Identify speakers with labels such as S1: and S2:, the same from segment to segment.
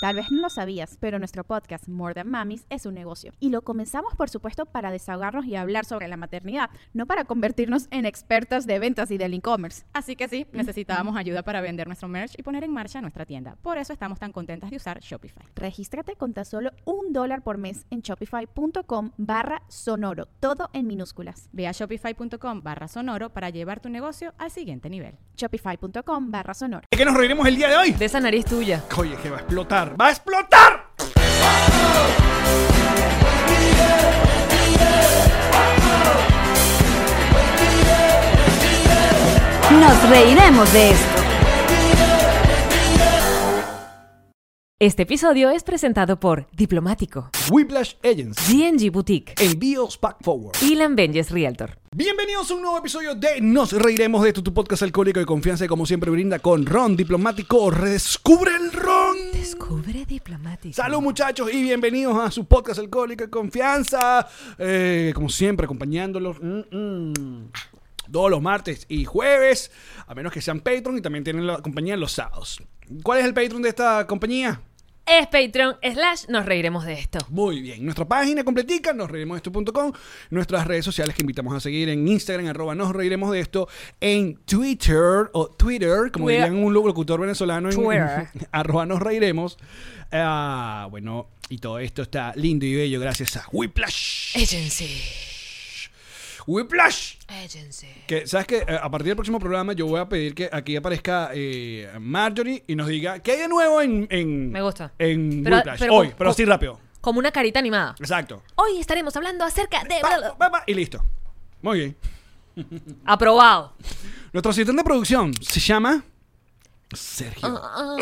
S1: Tal vez no lo sabías, pero nuestro podcast More Than Mamis es un negocio. Y lo comenzamos, por supuesto, para desahogarnos y hablar sobre la maternidad, no para convertirnos en expertas de ventas y del e-commerce.
S2: Así que sí, necesitábamos ayuda para vender nuestro merch y poner en marcha nuestra tienda. Por eso estamos tan contentas de usar Shopify.
S1: Regístrate con tan solo un dólar por mes en shopify.com barra sonoro, todo en minúsculas.
S2: Ve a shopify.com barra sonoro para llevar tu negocio al siguiente nivel.
S1: Shopify.com barra sonoro.
S3: ¿De qué nos reiremos el día de hoy?
S4: De esa nariz tuya.
S3: Oye, que va a explotar. ¡Va a explotar!
S5: Nos reiremos de esto.
S4: Este episodio es presentado por Diplomático,
S3: Whiplash Agency.
S4: DNG Boutique
S3: Envíos Pack Forward.
S4: y Lambenges Realtor.
S3: Bienvenidos a un nuevo episodio de Nos Reiremos de esto, tu podcast alcohólico de confianza que como siempre brinda con Ron Diplomático. Redescubre el Ron.
S4: Descubre Diplomático.
S3: Salud muchachos y bienvenidos a su podcast alcohólico de confianza. Eh, como siempre, acompañándolos mm, mm, todos los martes y jueves, a menos que sean Patreon y también tienen la compañía los sábados. ¿Cuál es el Patreon de esta compañía?
S4: Es Patreon slash nos reiremos de esto.
S3: Muy bien. Nuestra página completica, nosreiremosdeesto.com. Nuestras redes sociales que invitamos a seguir en Instagram, arroba nos reiremos de esto. En Twitter, o Twitter, como
S4: Twitter.
S3: dirían un locutor venezolano, en,
S4: Twitter.
S3: arroba nos reiremos. Ah, bueno, y todo esto está lindo y bello gracias a
S4: Eh.
S3: Whiplash.
S4: Agency.
S3: Whiplash.
S4: Agency.
S3: Que, ¿Sabes que A partir del próximo programa yo voy a pedir que aquí aparezca eh, Marjorie y nos diga qué hay de nuevo en... en-
S4: Me gusta.
S3: En
S4: Pero-
S3: Whiplash.
S4: pero
S3: Hoy,
S4: con-
S3: pero
S4: con-
S3: así rápido.
S4: Como una carita animada.
S3: Exacto.
S4: Hoy estaremos hablando acerca de...
S3: Pa, pa, pa, y listo. Muy bien.
S4: Aprobado.
S3: Nuestro asistente de producción se llama Sergio.
S4: Ah.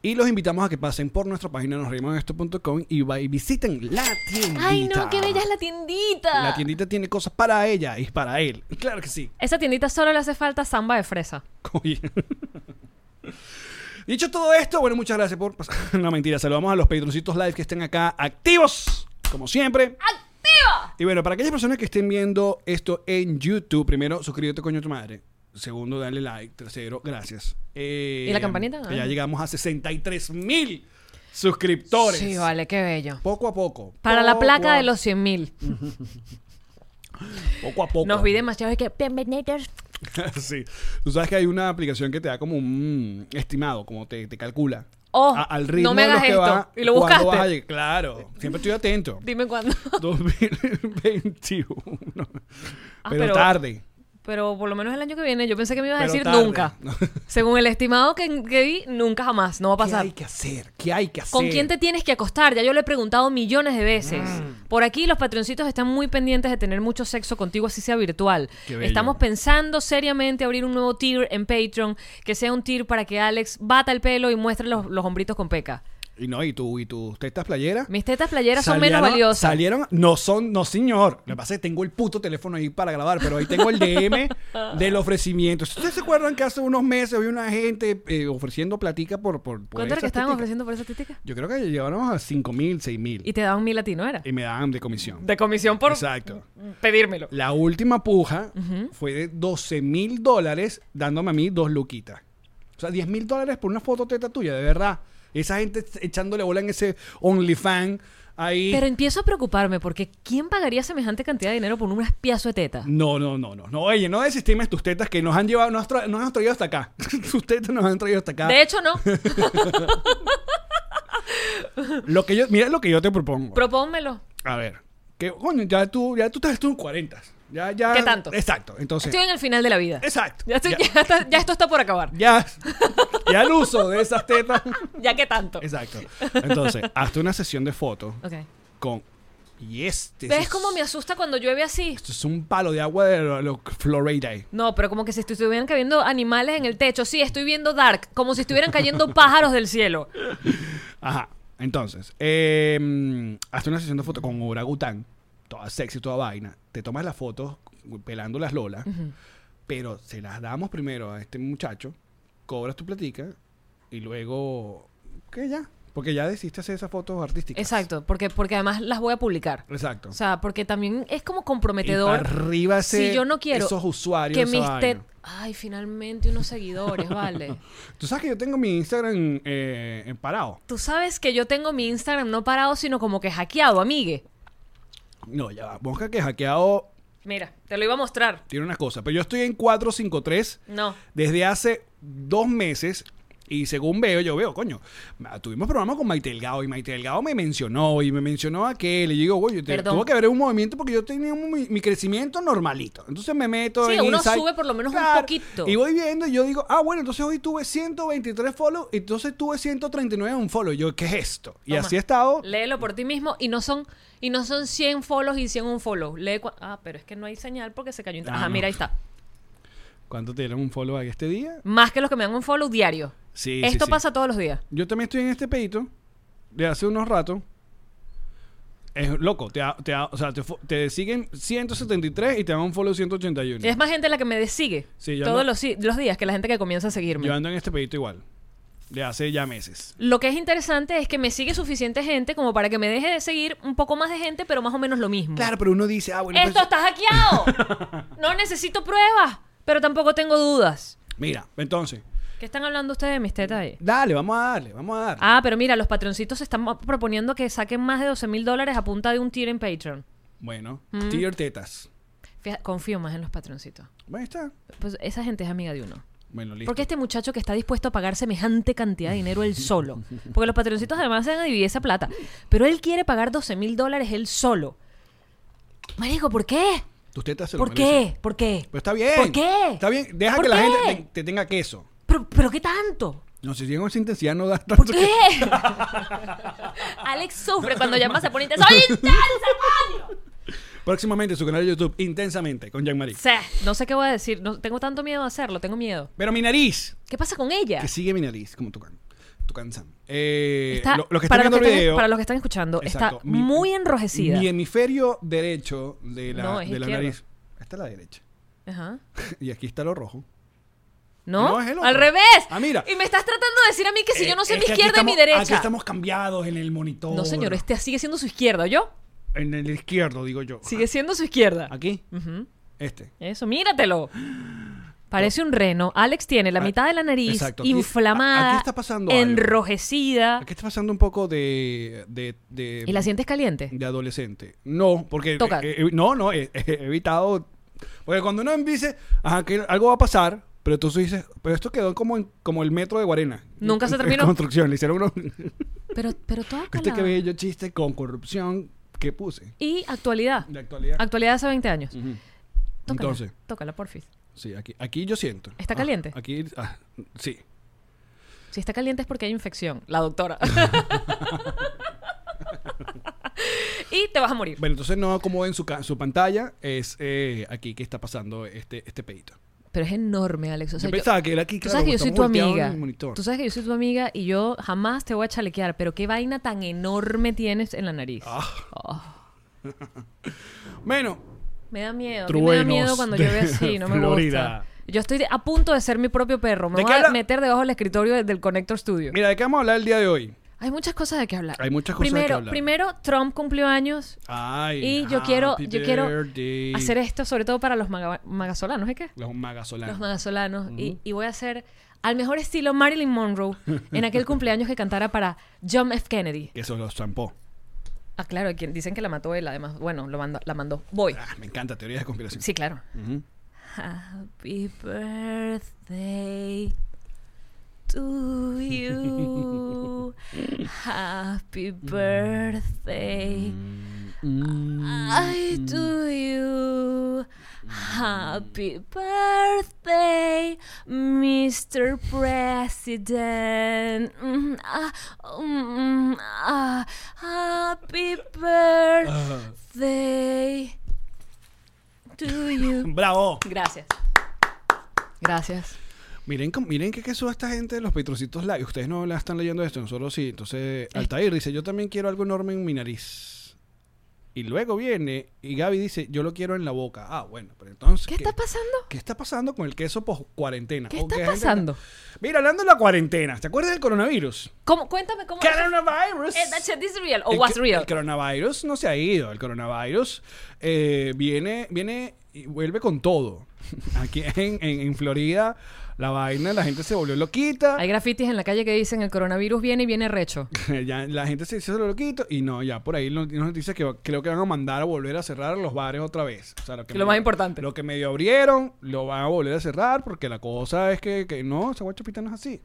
S3: Y los invitamos a que pasen por nuestra página nosreimosesto.com y, va- y visiten la tiendita.
S4: Ay, no, qué bella es la tiendita.
S3: La tiendita tiene cosas para ella y para él. Claro que sí.
S4: Esa tiendita solo le hace falta samba de fresa.
S3: Oye. Dicho todo esto, bueno, muchas gracias por pasar. No, mentira, saludamos a los patroncitos live que estén acá activos, como siempre. ¡Activos! Y bueno, para aquellas personas que estén viendo esto en YouTube, primero, suscríbete, coño, tu madre. Segundo, dale like. Tercero, gracias. Eh,
S4: ¿Y la campanita?
S3: que ya llegamos a 63 mil suscriptores.
S4: Sí, vale, qué bello.
S3: Poco a poco.
S4: Para la
S3: Poco
S4: placa
S3: a-
S4: de los 100 mil.
S3: Poco a poco.
S4: Nos vi demasiado que... Bienvenidos.
S3: sí. Tú sabes que hay una aplicación que te da como un estimado, como te, te calcula.
S4: Oh,
S3: A- al
S4: no
S3: ritmo
S4: me
S3: de los
S4: hagas
S3: que
S4: esto.
S3: va,
S4: Y lo
S3: ¿cuándo
S4: buscaste.
S3: vas a llegar? Claro. Siempre estoy atento.
S4: Dime cuándo.
S3: 2021.
S4: Ah,
S3: pero,
S4: pero-
S3: tarde.
S4: Pero por lo menos el año que viene, yo pensé que me ibas a
S3: Pero
S4: decir
S3: tarde.
S4: nunca. Según el estimado que, que vi, nunca jamás, no va a
S3: ¿Qué
S4: pasar.
S3: hay que hacer? ¿Qué hay que hacer?
S4: ¿Con quién te tienes que acostar? Ya yo lo he preguntado millones de veces.
S3: Mm.
S4: Por aquí los patroncitos están muy pendientes de tener mucho sexo contigo, así sea virtual.
S3: Qué bello.
S4: Estamos pensando seriamente abrir un nuevo tier en Patreon, que sea un tier para que Alex bata el pelo y muestre los, los hombritos con peca.
S3: Y no, y tú, y tú, ¿usted estás playera?
S4: Mis tetas playeras son
S3: Salieron-
S4: menos valiosas.
S3: Salieron, no son, no señor. Lo que pasa es que tengo el puto teléfono ahí para grabar, pero ahí tengo el DM del ofrecimiento. ¿Ustedes se acuerdan que hace unos meses había una gente eh, ofreciendo platica por. por, por
S4: ¿Cuánto era
S3: esas
S4: que estaban
S3: teticas?
S4: ofreciendo por esa títica?
S3: Yo creo que llevábamos a 5 mil, 6 mil.
S4: Y te daban mi latino, ¿era?
S3: Y me daban de comisión.
S4: De comisión por
S3: Exacto.
S4: pedírmelo.
S3: La última puja fue de 12 mil dólares dándome a mí dos luquitas. O sea, 10 mil dólares por una foto teta tuya, de verdad. Esa gente echándole bola en ese OnlyFans ahí.
S4: Pero empiezo a preocuparme porque ¿quién pagaría semejante cantidad de dinero por un espiazo de teta?
S3: No, no, no, no, no. Oye, no desestimes tus tetas que nos han llevado, nos, tra- nos han traído hasta acá. tus tetas nos han traído hasta acá.
S4: De hecho, no.
S3: Lo que yo, mira lo que yo te propongo.
S4: Propónmelo.
S3: a ver, que coño, ya tú, ya tú estás tú en 40. Ya, ya.
S4: ¿Qué tanto?
S3: Exacto. Entonces.
S4: Estoy en el final de la vida.
S3: Exacto.
S4: Ya, estoy-
S3: Ya-
S4: ya está- ya esto está por acabar.
S3: Ya, ya el uso de esas tetas.
S4: Ya que tanto.
S3: Exacto. Entonces, hazte una sesión de fotos
S4: Ok.
S3: con. Y este.
S4: ¿Ves
S3: es-
S4: cómo me asusta cuando llueve así?
S3: Esto es un palo de agua de lo, lo- Florida.
S4: No, pero como que si estuvieran cayendo animales en el techo. Sí, estoy viendo Dark. Como si estuvieran cayendo pájaros del cielo.
S3: Ajá. Entonces, eh, hazte una sesión de fotos con orangután, toda sexy, toda vaina. Te tomas las fotos pelando las lolas, pero se las damos primero a este muchacho, cobras tu platica y luego, ¿qué ya? Porque ya decidiste hacer esas fotos artísticas.
S4: Exacto, porque, porque además las voy a publicar.
S3: Exacto.
S4: O sea, porque también es como
S3: Y
S4: comprometedor.
S3: pa' arriba ese-
S4: si yo no quiero
S3: esos usuarios,
S4: que
S3: esa
S4: mis
S3: vaina.
S4: tet- Ay, finalmente unos seguidores, vale.
S3: Tú sabes que yo tengo mi Instagram eh, en parado.
S4: Tú sabes que yo tengo mi Instagram no parado, sino como que hackeado, amigue.
S3: No, ya va. Mosca que hackeado
S4: Mira, te lo iba a mostrar.
S3: tiene una cosa. Pero yo estoy en 453
S4: No.
S3: desde hace dos meses. Y según veo, yo veo, coño, ma- tuvimos programa con Maite Delgado y Maite Delgado me mencionó y me mencionó aquel. Y yo digo, güey, te-
S4: Perdón.
S3: tuvo que haber un movimiento porque yo tenía un- mi, mi crecimiento normalito. Entonces me meto
S4: Sí,
S3: en
S4: uno
S3: Insight.
S4: sube por lo menos un poquito.
S3: Y voy viendo y yo digo, ah, bueno, entonces hoy tuve 123 follows, entonces tuve 139 un follow. Yo, ¿qué es esto? Y
S4: Toma.
S3: así he estado
S4: Léelo por ti mismo y no son y no son 100 follows y 100 un follow. Lee cua- ah, pero es que no hay señal porque se cayó.
S3: Ah,
S4: Ajá,
S3: no.
S4: mira, ahí está.
S3: ¿Cuánto te dieron un follow ahí este día?
S4: Más que los que me dan un follow diario.
S3: Sí,
S4: Esto
S3: sí, sí.
S4: pasa todos los días.
S3: Yo también estoy en este pedito de hace unos ratos. Es loco, te, ha- te ha- o sea, te, fo- te siguen 173 y te dan un follow 181.
S4: Es más gente la que me sigue
S3: Sí, yo
S4: todos
S3: no-
S4: los, si- los días que la gente que comienza a seguirme.
S3: Yo ando en este pedito igual, de hace ya meses.
S4: Lo que es interesante es que me sigue suficiente gente como para que me deje de seguir un poco más de gente, pero más o menos lo mismo.
S3: Claro, pero uno dice, ah, bueno,
S4: Esto
S3: pues-
S4: está hackeado. no necesito pruebas, pero tampoco tengo dudas.
S3: Mira, entonces,
S4: ¿Qué están hablando ustedes de mis tetas ahí?
S3: dale, vamos a darle, vamos a darle.
S4: Ah, pero mira, los patroncitos se están proponiendo que saquen más de 12 mil dólares a punta de un tier en Patreon.
S3: Bueno,
S4: Mm.
S3: tier tetas.
S4: Fija- confío más en los patroncitos.
S3: Bueno, ahí está.
S4: Pues esa gente es amiga de uno.
S3: Bueno, listo.
S4: Porque este muchacho que está dispuesto a pagar semejante cantidad de dinero él solo. Porque los patroncitos además se van a dividir esa plata. Pero él quiere pagar 12 mil dólares él solo. Marico, ¿por qué?
S3: Tus tetas se lo
S4: ¿Por
S3: merecen.
S4: qué? ¿Por qué?
S3: Pues está bien.
S4: ¿Por qué?
S3: Está bien, deja
S4: ¿Por
S3: que la
S4: qué?
S3: gente te, te tenga queso.
S4: ¿Pero, pero qué tanto?
S3: No, si llego a esa intensidad no da tanto
S4: ¿Por
S3: queso.
S4: qué? Alex sufre cuando llama se pone intenso. ¡Soy intensa, coño!
S3: Próximamente su canal de YouTube, Intensamente, con Jean-Marie.
S4: Sí, No sé qué voy a decir. No, tengo tanto miedo a hacerlo. Tengo miedo.
S3: Pero mi nariz,
S4: ¿Qué pasa con ella?
S3: que sigue mi nariz, como tu can. Tu cansan. Eh,
S4: Está-
S3: lo- los que están
S4: para,
S3: viendo
S4: los que
S3: el
S4: están-
S3: video.
S4: para los que están escuchando,
S3: exacto,
S4: está
S3: mi-
S4: muy enrojecida.
S3: Mi hemisferio derecho de la,
S4: No, es
S3: de la
S4: izquierdo.
S3: nariz. Esta es la derecha.
S4: Ajá.
S3: y aquí está lo rojo.
S4: ¿No?
S3: No, es el otro.
S4: Al revés.
S3: Ah, mira.
S4: Y me estás tratando de decir a mí que si yo no sé
S3: Eh,
S4: mi
S3: es que aquí
S4: izquierda y mi
S3: estamos-
S4: derecha.
S3: Aquí estamos cambiados en el monitor.
S4: No, señor, este sigue siendo su izquierda, ¿yo?
S3: En el izquierdo, digo yo.
S4: Sigue siendo su izquierda.
S3: Aquí,
S4: Ujú.
S3: este.
S4: Eso, míratelo. Parece un reno. Alex tiene la
S3: Ah,
S4: mitad de la nariz
S3: exacto, aquí-
S4: inflamada,
S3: aquí está pasando algo.
S4: enrojecida.
S3: Aquí está pasando un poco de. de, de
S4: ¿Y la sientes caliente?
S3: de adolescente. No, porque.
S4: Toca.
S3: eh, eh, no, no, he, he evitado. Porque cuando uno dice, ajá, que algo va a pasar, pero tú dices, pero esto quedó como, en- como el metro de Guarena.
S4: Nunca se
S3: En-
S4: terminó.
S3: En construcción, le hicieron uno.
S4: Pero, pero tócala.
S3: este que bello chiste con corrupción que puse.
S4: Y actualidad.
S3: De actualidad.
S4: Actualidad de hace 20 años.
S3: Ujú.
S4: Tócala.
S3: Entonces,
S4: Tócala, porfis.
S3: sí, aquí, aquí yo siento.
S4: ¿Está
S3: Ah,
S4: caliente?
S3: aquí, ah, sí.
S4: Si está caliente es porque hay infección. La doctora. y te vas a morir.
S3: Bueno, entonces no acomoden su, ca- su pantalla, es eh, aquí que está pasando este, este pedito.
S4: Pero es enorme, Alex. O sea,
S3: yo
S4: yo-
S3: pensaba que era aquí,
S4: Tú
S3: claro,
S4: sabes que yo soy
S3: estamos
S4: tu
S3: volteados en
S4: amiga.
S3: el monitor.
S4: Tú sabes que yo soy tu amiga y yo jamás te voy a chalequear, pero qué vaina tan enorme tienes en la nariz.
S3: Ah.
S4: Oh.
S3: Bueno,
S4: Me da miedo. a mí me da
S3: Truenos
S4: miedo cuando yo
S3: de
S4: veo así, no me
S3: Florida.
S4: gusta. Yo estoy de- a punto de ser mi propio perro.
S3: ¿De
S4: Me
S3: qué
S4: voy a
S3: habla-
S4: meter debajo del escritorio de- del Connector Studio.
S3: mira, ¿de qué vamos a hablar el día de hoy?
S4: Hay muchas cosas de que hablar.
S3: Hay muchas cosas de qué
S4: primero,
S3: hablar.
S4: Primero, Trump cumplió años
S3: Ay,
S4: y yo
S3: happy
S4: quiero, yo quiero
S3: birthday.
S4: hacer esto, sobre todo para los maga- magasolanos, ¿es qué?
S3: los magasolanos.
S4: Los magasolanos. y, y voy a hacer al mejor estilo Marilyn Monroe en aquel cumpleaños que cantara para John F. Kennedy.
S3: que se los zampó.
S4: Ah, claro, hay quien- dicen que la mató él, además. Bueno, lo mandó, la mandó. Voy.
S3: Ah, me encanta teorías de conspiración.
S4: Sí, claro.
S3: Ujú.
S4: Happy birthday to you. Happy birthday. I to you. Happy birthday, Mr. President. Mm, ah, mm, ah, happy
S3: Ah.
S4: birthday to you.
S3: ¡Bravo!
S4: Gracias. Gracias.
S3: Miren, cómo- miren que queso esta gente de los petrocitos live. Ustedes no la están leyendo esto, nosotros sí. Entonces, Altair dice, yo también quiero algo enorme en mi nariz. Y luego viene y Gaby dice, yo lo quiero en la boca. Ah, bueno, pero entonces...
S4: ¿Qué está pasando?
S3: ¿Qué está pasando con el queso post cuarentena?
S4: ¿Qué está pasando?
S3: Mira, hablando de la cuarentena, ¿te acuerdas del coronavirus?
S4: ¿Cómo? Cuéntame cómo.
S3: Coronavirus.
S4: Eh, that shit is real o
S3: El
S4: was
S3: cro-
S4: real.
S3: El coronavirus no se ha ido. El coronavirus eh, viene, viene y vuelve con todo. Aquí en, en- en Florida, la vaina, la gente se volvió loquita.
S4: Hay grafitis en la calle que dicen el coronavirus viene y viene recho.
S3: ya la gente se hizo loquito y no, ya por ahí nos noticias que va- creo que van a mandar a volver a cerrar los bares otra vez. O sea, lo que
S4: Lo más importante.
S3: Lo que medio abrieron, lo van a volver a cerrar porque la cosa es que, que no, esa guachapita no es así.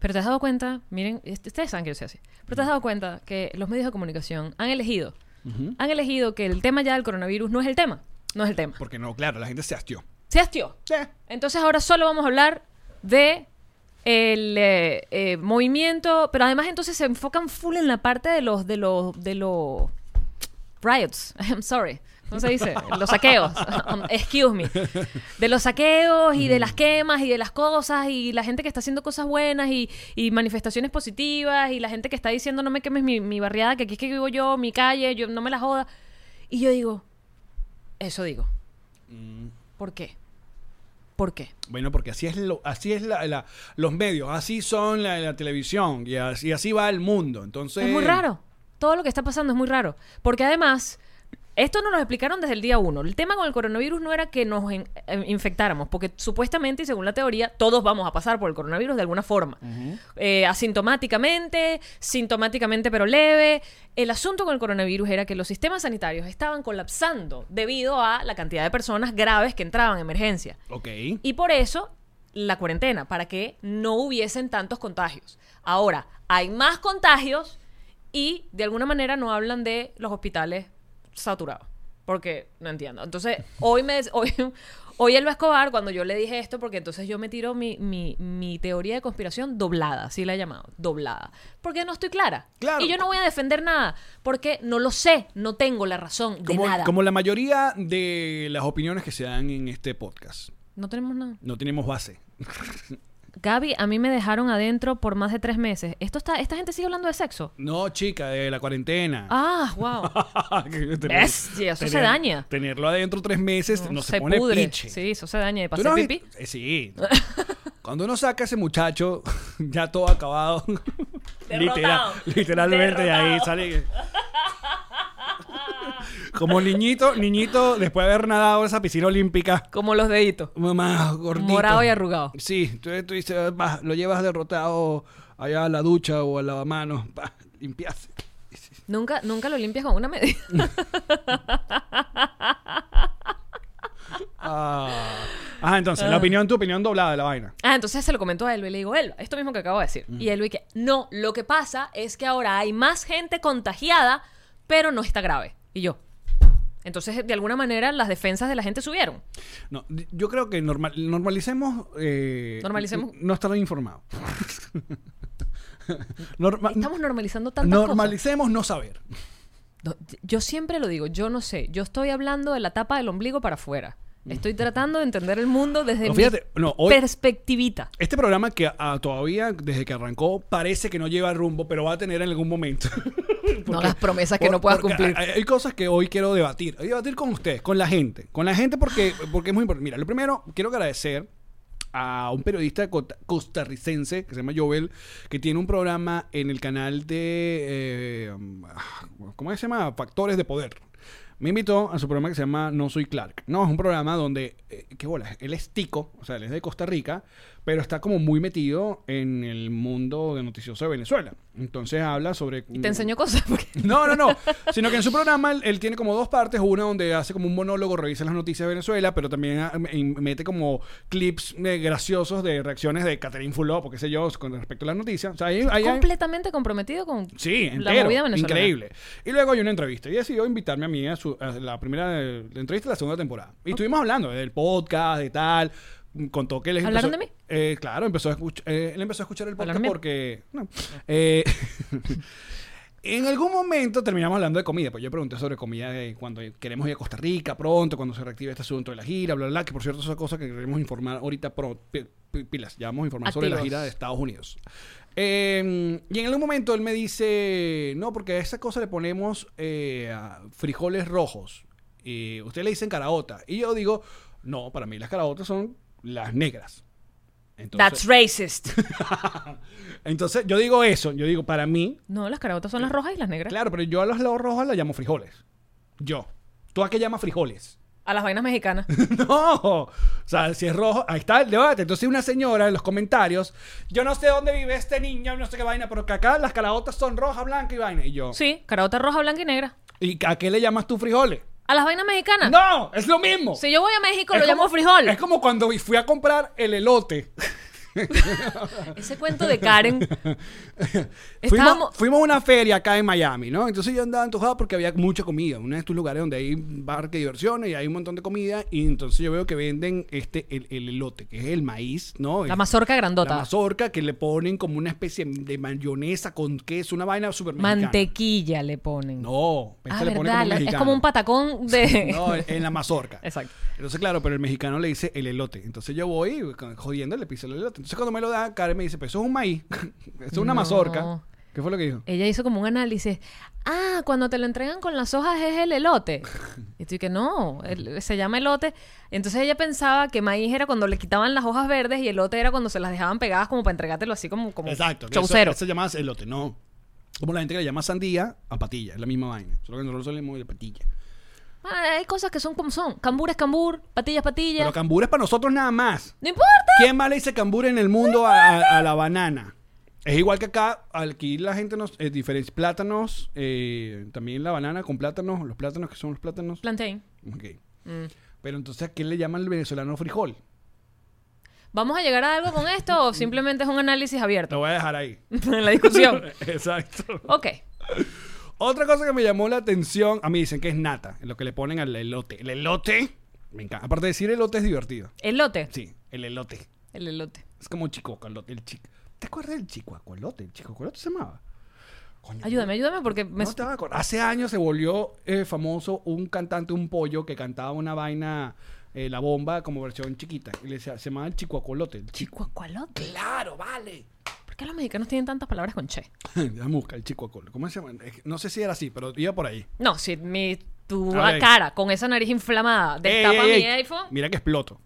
S4: Pero te has dado cuenta, miren, est- ustedes saben que yo soy así, pero te has dado cuenta que los medios de comunicación han elegido, han elegido que el tema ya del coronavirus no es el tema, no es el tema.
S3: Porque no, claro, la gente se hastió.
S4: Se hastió.
S3: Sí.
S4: Entonces ahora solo vamos a hablar de el eh, eh, movimiento, pero además entonces se enfocan full en la parte de los de los de los riots. I'm sorry. ¿Cómo se dice? Los saqueos. Um, excuse me. De los saqueos y de las quemas y de las cosas y la gente que está haciendo cosas buenas y, y manifestaciones positivas y la gente que está diciendo no me quemes mi, mi barriada, que aquí es que vivo yo, mi calle, yo no me la joda. Y yo digo, eso digo. ¿Por qué? ¿Por qué?
S3: Bueno, porque así es lo, así es la, la- los medios, así son la, la televisión y así, y así va el mundo. Entonces
S4: Es muy raro. Todo lo que está pasando es muy raro. Porque además, esto nos lo explicaron desde el día uno. El tema con el coronavirus no era que nos in- eh, infectáramos, porque supuestamente y según la teoría, todos vamos a pasar por el coronavirus de alguna forma. Eh, asintomáticamente, sintomáticamente pero leve. El asunto con el coronavirus era que los sistemas sanitarios estaban colapsando debido a la cantidad de personas graves que entraban en emergencia.
S3: Ok.
S4: Y por eso la cuarentena, para que no hubiesen tantos contagios. Ahora, hay más contagios y de alguna manera no hablan de los hospitales saturados, porque no entiendo. Entonces, hoy me des- hoy, hoy Elba Escobar, cuando yo le dije esto, porque entonces yo me tiro mi, mi, mi teoría de conspiración doblada, así la he llamado, doblada, porque no estoy clara.
S3: Claro.
S4: Y yo no voy a defender nada, porque no lo sé, no tengo la razón de
S3: Como,
S4: nada.
S3: como la mayoría de las opiniones que se dan en este podcast.
S4: No tenemos nada.
S3: No tenemos base.
S4: Gaby, a mí me dejaron adentro por más de tres meses. Esto está, esta gente sigue hablando de sexo.
S3: No, chica, de la cuarentena.
S4: Ah, wow.
S3: Que tener-
S4: Bestia, eso se
S3: tener-
S4: daña.
S3: Tenerlo adentro tres meses no, se, pone piche.
S4: Sí, eso se daña.
S3: ¿Tú
S4: ¿Pasé
S3: no has
S4: pipí?
S3: visto- eh, sí. Cuando uno saca a ese muchacho, ya todo acabado.
S4: Derrotado.
S3: literalmente, de ahí
S4: Derrotado.
S3: sale. Como niñito, niñito, después de haber nadado en esa piscina olímpica.
S4: Como los deditos.
S3: Mamá, gordito.
S4: Morado y arrugado.
S3: Sí, entonces tú dices, "Va, lo llevas derrotado allá a la ducha o al lavamanos, pa, limpiarse.
S4: Nunca, nunca lo limpias con una medida.
S3: Ah, Ajá, entonces, la opinión, tu opinión doblada de la vaina.
S4: Ah, entonces se lo comentó a Elba y le digo, Elba, esto mismo que acabo de decir.
S3: Mm.
S4: Y Elba y que, no, lo que pasa es que ahora hay más gente contagiada, pero no está grave. Y yo. Entonces, de alguna manera, las defensas de la gente subieron.
S3: No, di- yo creo que normal, normalicemos. eh,
S4: Normalicemos.
S3: n- No estar informado. Norma-
S4: Estamos normalizando tantas cosas.
S3: normalicemos no saber.
S4: No, Yo siempre lo digo, yo no sé. Yo estoy hablando de la tapa del ombligo para afuera. Estoy tratando de entender el mundo desde
S3: No,
S4: mi
S3: fíjate, no, hoy-
S4: perspectivita.
S3: Este programa que ah, todavía, desde que arrancó, parece que no lleva rumbo, pero va a tener en algún momento.
S4: no hagas promesas que no puedas
S3: Porque
S4: cumplir.
S3: Hay, hay cosas que hoy quiero debatir. Hay que debatir con ustedes, con la gente. Con la gente porque, porque es muy importante. Mira, lo primero, quiero agradecer a un periodista cota- costarricense que se llama Joel, que tiene un programa en el canal de... eh, ¿Cómo se llama? Factores de Poder. Me invitó a su programa que se llama No Soy Clark. No, es un programa donde, eh, qué bola, él es tico, o sea, él es de Costa Rica, pero está como muy metido en el mundo de noticioso de Venezuela. Entonces habla sobre...
S4: Y te enseño cosas. porque-
S3: No, no, no. Sino que en su programa él, él tiene como dos partes. Una donde hace como un monólogo, revisa las noticias de Venezuela, pero también ah, m- y mete como clips eh, graciosos de reacciones de Catherine Fulop, o qué sé yo, con respecto a las noticias. O sea, ahí- ahí- ahí-
S4: Completamente comprometido con
S3: Sí,
S4: la
S3: entero,
S4: movida venezolana.
S3: increíble. Y luego hay una entrevista y decidió invitarme a mí a, su- a la primera eh, la entrevista de la segunda temporada. Y estuvimos hablando del podcast, de tal, mm, contó que les
S4: ¿Hablaron
S3: empezó-
S4: de mí?
S3: Eh, claro, empezó a escuchar, él empezó a escuchar el podcast
S4: ¿Hablaron mío?
S3: porque no. Eh, En algún momento terminamos hablando de comida, pues yo pregunté sobre comida de cuando queremos ir a Costa Rica pronto, cuando se reactive este asunto de la gira, bla, bla, bla, que por cierto es una cosa que queremos informar ahorita pro- pe- pi- pilas, ya vamos a informar sobre la
S4: Activos.
S3: gira de Estados Unidos. Eh, y en algún momento él me dice, no, porque a esa cosa le ponemos eh, a frijoles rojos. Y usted le dicen caraota. Y yo digo, no, para mí las caraotas son las negras.
S4: That's
S3: Entonces,
S4: racist.
S3: entonces yo digo eso, yo digo, para mí,
S4: No, las carabotas son las rojas y las negras.
S3: claro, pero yo a los lados rojos las llamo frijoles. Yo. ¿Tú a qué llamas frijoles?
S4: A las vainas mexicanas.
S3: No, o sea, si es rojo, ahí está el debate. Entonces una señora en los comentarios, yo no sé dónde vive este niño, no sé qué vaina, pero que acá las caraotas son roja, blanca y vaina. Y yo,
S4: Sí, carabota roja, blanca y negra.
S3: ¿y a qué le llamas tú frijoles?
S4: A las vainas mexicanas.
S3: No, es lo mismo.
S4: Si yo voy a México,
S3: Es
S4: Ah. lo llamo
S3: como-
S4: frijol.
S3: Es como cuando fui a comprar el elote.
S4: Ese cuento de Karen.
S3: Fuimos,
S4: Estábamos.
S3: fuimos a una feria acá en Miami, ¿no? Entonces yo andaba antojado porque había mucha comida. Uno de estos lugares donde hay parque de diversiones y hay un montón de comida. Y entonces yo veo que venden este, el, el elote, que es el maíz, ¿no?
S4: La
S3: El-
S4: mazorca grandota.
S3: La mazorca que le ponen como una especie de mayonesa con queso, una vaina super mexicana.
S4: Mantequilla le ponen.
S3: No,
S4: Ah,
S3: esta le ponen
S4: verdad,
S3: como
S4: la- es
S3: mexicano.
S4: como un patacón de.
S3: No, en la mazorca.
S4: Exacto.
S3: Entonces, claro, pero el mexicano le dice el elote. Entonces yo voy con- jodiendo, le piso el elote. Entonces cuando me lo da, Karen me dice, pero eso es un maíz, eso es una
S4: No.
S3: mazorca. ¿Qué fue lo que dijo?
S4: Ella hizo como un análisis. Ah, cuando te lo entregan con las hojas es el elote. Y tú que no, el- se llama elote. Entonces ella pensaba que maíz era cuando le quitaban las hojas verdes y elote era cuando se las dejaban pegadas como para entregártelo así como, como
S3: Exacto. que
S4: chaucero.
S3: Eso, eso se llama elote, no. Como la gente que le llama sandía a patilla, es la misma vaina. Solo que nosotros le llamamos patilla.
S4: Ah, hay cosas que son como son. Cambur es cambur, patilla es patilla.
S3: Pero cambur es para nosotros nada más.
S4: ¡No importa!
S3: ¿Quién más le dice cambur en el mundo a, a- a la banana? Es igual que acá, aquí la gente nos eh, diferencia plátanos, eh, también la banana con plátanos, los plátanos que son los plátanos.
S4: Plantain.
S3: Ok.
S4: Mm.
S3: Pero entonces, ¿a qué le llaman el venezolano frijol?
S4: ¿Vamos a llegar a algo con esto o simplemente es un análisis
S3: Te
S4: abierto
S3: voy a dejar ahí.
S4: en la discusión?
S3: Exacto.
S4: Ok.
S3: Otra cosa que me llamó la atención, a mí dicen que es nata, lo que le ponen al elote. El elote, me encanta. Aparte de decir elote es divertido.
S4: Elote.
S3: Sí, el elote.
S4: El elote.
S3: Es como chico el chico. ¿Te acuerdas del chico acualote? El chico acualote se llamaba. Coño,
S4: Ayúdame, ayúdame porque me...
S3: No te vas a acordar. Hace años se volvió eh, famoso un cantante, un pollo, que cantaba una vaina, eh, la bomba, como versión chiquita. Y le decía, se llamaba el chicuacolote. El chico.
S4: Chicuacualote.
S3: Claro, vale.
S4: ¿Por qué los mexicanos tienen tantas palabras con che?
S3: Déjame buscar el chicuacolote. ¿Cómo se llama? Es que No sé si era así, pero iba por ahí.
S4: No, si mi, tu
S3: A ver.
S4: cara con esa nariz inflamada destapa
S3: Ey, ey,
S4: mi
S3: ey.
S4: iPhone.
S3: Mira que exploto.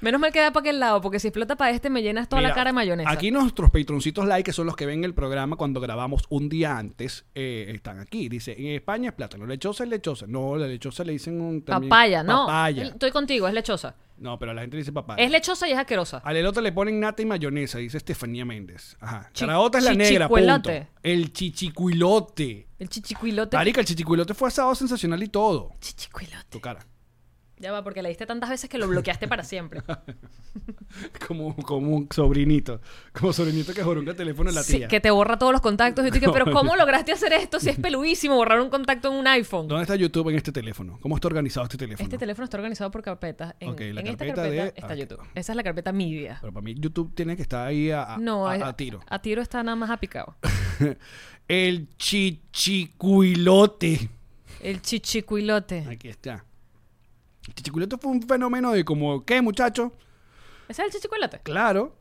S4: Menos mal que da para aquel lado, porque si explota para este me llenas toda la
S3: Mira,
S4: cara de mayonesa.
S3: Aquí nuestros patroncitos like, que son los que ven el programa cuando grabamos un día antes, eh, están aquí. Dice, en España es plátano, lechosa es lechosa. No, la lechosa le dicen un... también-
S4: Papaya, no.
S3: Papaya.
S4: Estoy contigo, es lechosa.
S3: No, pero la gente dice papaya.
S4: Es lechosa y es asquerosa.
S3: Al elote le ponen nata y mayonesa, dice Estefanía Méndez. Ajá.
S4: Chi-
S3: Caraota es la negra, punto.
S4: chichicuelote.
S3: El chichicuilote.
S4: El chichicuilote.
S3: Marica, el chichicuilote fue asado sensacional y todo.
S4: Chichicuilote.
S3: Tu cara.
S4: Ya va, porque le diste tantas veces que lo bloqueaste para siempre.
S3: Como, como un sobrinito. Como sobrinito que jorunga el teléfono de la
S4: Sí,
S3: tía.
S4: que te borra todos los contactos. Y tú que, pero ¿cómo lograste hacer esto si es peluísimo borrar un contacto en un iPhone?
S3: ¿Dónde está YouTube en este teléfono? ¿Cómo está organizado este teléfono?
S4: Este teléfono está organizado por carpetas. En,
S3: Ok, la
S4: en esta
S3: carpeta de-
S4: carpeta está
S3: ah,
S4: YouTube.
S3: ok.
S4: Esa es la carpeta media.
S3: Pero para mí YouTube tiene que estar ahí a, a-
S4: No,
S3: Ah, a-
S4: es-
S3: a tiro.
S4: A tiro está nada más apicado.
S3: El chichicuilote.
S4: El chichicuilote.
S3: Aquí está. El chichicuilote fue un fenómeno de como, ¿qué muchacho?
S4: ¿Ese es el chichicuilote?
S3: Claro.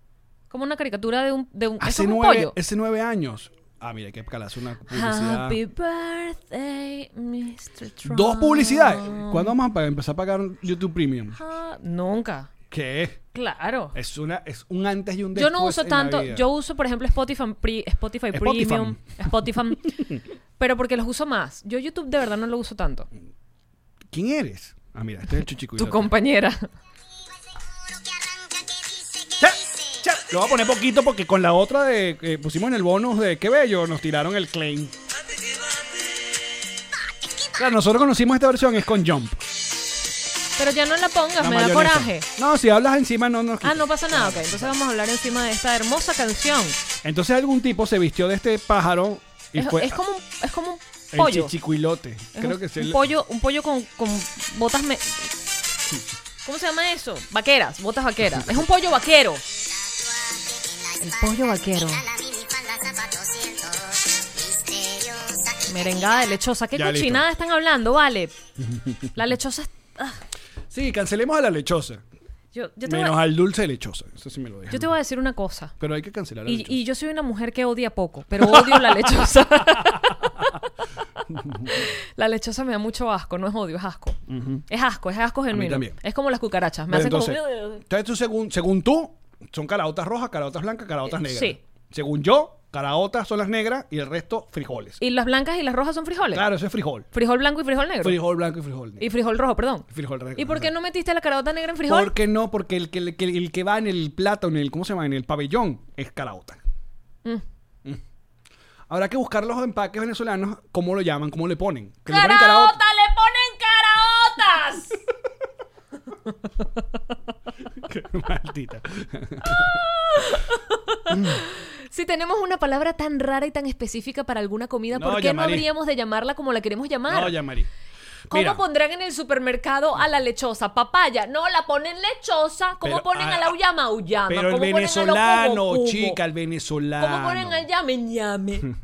S4: Como una caricatura de un, de un, eso
S3: Hace
S4: es un
S3: nueve,
S4: pollo.
S3: hace nueve años. Ah, mira, qué calazo una publicidad.
S4: Happy birthday, Mr. Trump.
S3: Dos publicidades. ¿Cuándo vamos a pa- empezar a pagar YouTube Premium?
S4: Ah, nunca.
S3: ¿Qué?
S4: Claro.
S3: Es, una, es un antes y un
S4: Yo
S3: después.
S4: no uso
S3: en la
S4: tanto.
S3: vida.
S4: Yo uso, por ejemplo, Spotify, Pre- Spotify,
S3: Spotify.
S4: Premium, Spotify. pero porque los uso más. Yo YouTube de verdad no lo uso tanto.
S3: ¿Quién eres? Ah, mira, este es el chichicuilote.
S4: Tu compañera.
S3: Cha, cha. Lo voy a poner poquito porque con la otra de que pusimos en el bonus de qué bello nos tiraron el claim. Claro, nosotros conocimos esta versión es con Jump.
S4: Pero ya no la pongas,
S3: la
S4: me da
S3: mayonesa.
S4: coraje.
S3: No, si hablas encima no nos
S4: Ah,
S3: quites.
S4: no pasa nada. Ok, entonces vamos a hablar encima de esta hermosa canción.
S3: Entonces algún tipo se vistió de este pájaro y
S4: Es,
S3: fue
S4: es como un, es como un
S3: el
S4: pollo.
S3: chichicuilote.
S4: Es
S3: Creo
S4: un,
S3: que es
S4: un
S3: el-
S4: pollo, un pollo con, con botas me- ¿Cómo se llama eso? Vaqueras, botas vaqueras. Es un pollo vaquero. El pollo vaquero. Merengada de lechosa. ¿Qué
S3: Ya, listo.
S4: cochinada están hablando? Vale. La lechosa es- ah,
S3: Sí, cancelemos a la lechosa.
S4: Yo, yo, te voy,
S3: Menos al dulce de lechosa. Eso sí me lo dejan.
S4: yo te voy a decir una cosa.
S3: Pero hay que cancelar la
S4: Y,
S3: lechosa.
S4: y yo soy una mujer que odia poco, pero odio la lechosa. la lechosa me da mucho asco, no es odio, es asco. Es asco, es asco genuino.
S3: también.
S4: Es como las cucarachas. Me
S3: Bueno,
S4: hacen
S3: entonces,
S4: como...
S3: entonces tú según, según tú, son caraotas rojas, caraotas blancas, caraotas
S4: Eh,
S3: negras.
S4: sí.
S3: Según yo, caraotas son las negras y el resto frijoles.
S4: Y las blancas y las rojas son frijoles.
S3: Claro, eso es frijol.
S4: Frijol blanco y frijol negro.
S3: Frijol blanco y frijol negro.
S4: Y frijol rojo, perdón.
S3: frijol negro.
S4: ¿Y por qué no metiste la caraota negra en frijol?
S3: ¿Por qué no? Porque el que, el que- el que va en el plato, en el, ¿cómo se llama? En el pabellón, es caraota. Mm. Habrá que buscar los empaques venezolanos, cómo lo llaman, cómo le ponen. Que le ponen caraota.
S4: ¡Le ponen caraotas!
S3: Maldita.
S4: si tenemos una palabra tan rara y tan específica para alguna comida,
S3: No,
S4: ¿por qué no
S3: llamarí.
S4: habríamos de llamarla como la queremos llamar?
S3: No, llamarí.
S4: ¿Cómo
S3: Mira,
S4: pondrán en el supermercado a la lechosa? Papaya. No, la ponen lechosa. ¿Cómo
S3: Pero,
S4: ponen
S3: ah,
S4: a la uyama? Uyama.
S3: pero el
S4: ¿Cómo ponen a lo
S3: venezolano,
S4: cubo? Cubo.
S3: chica, el venezolano.
S4: ¿Cómo ponen al llame? Ñame.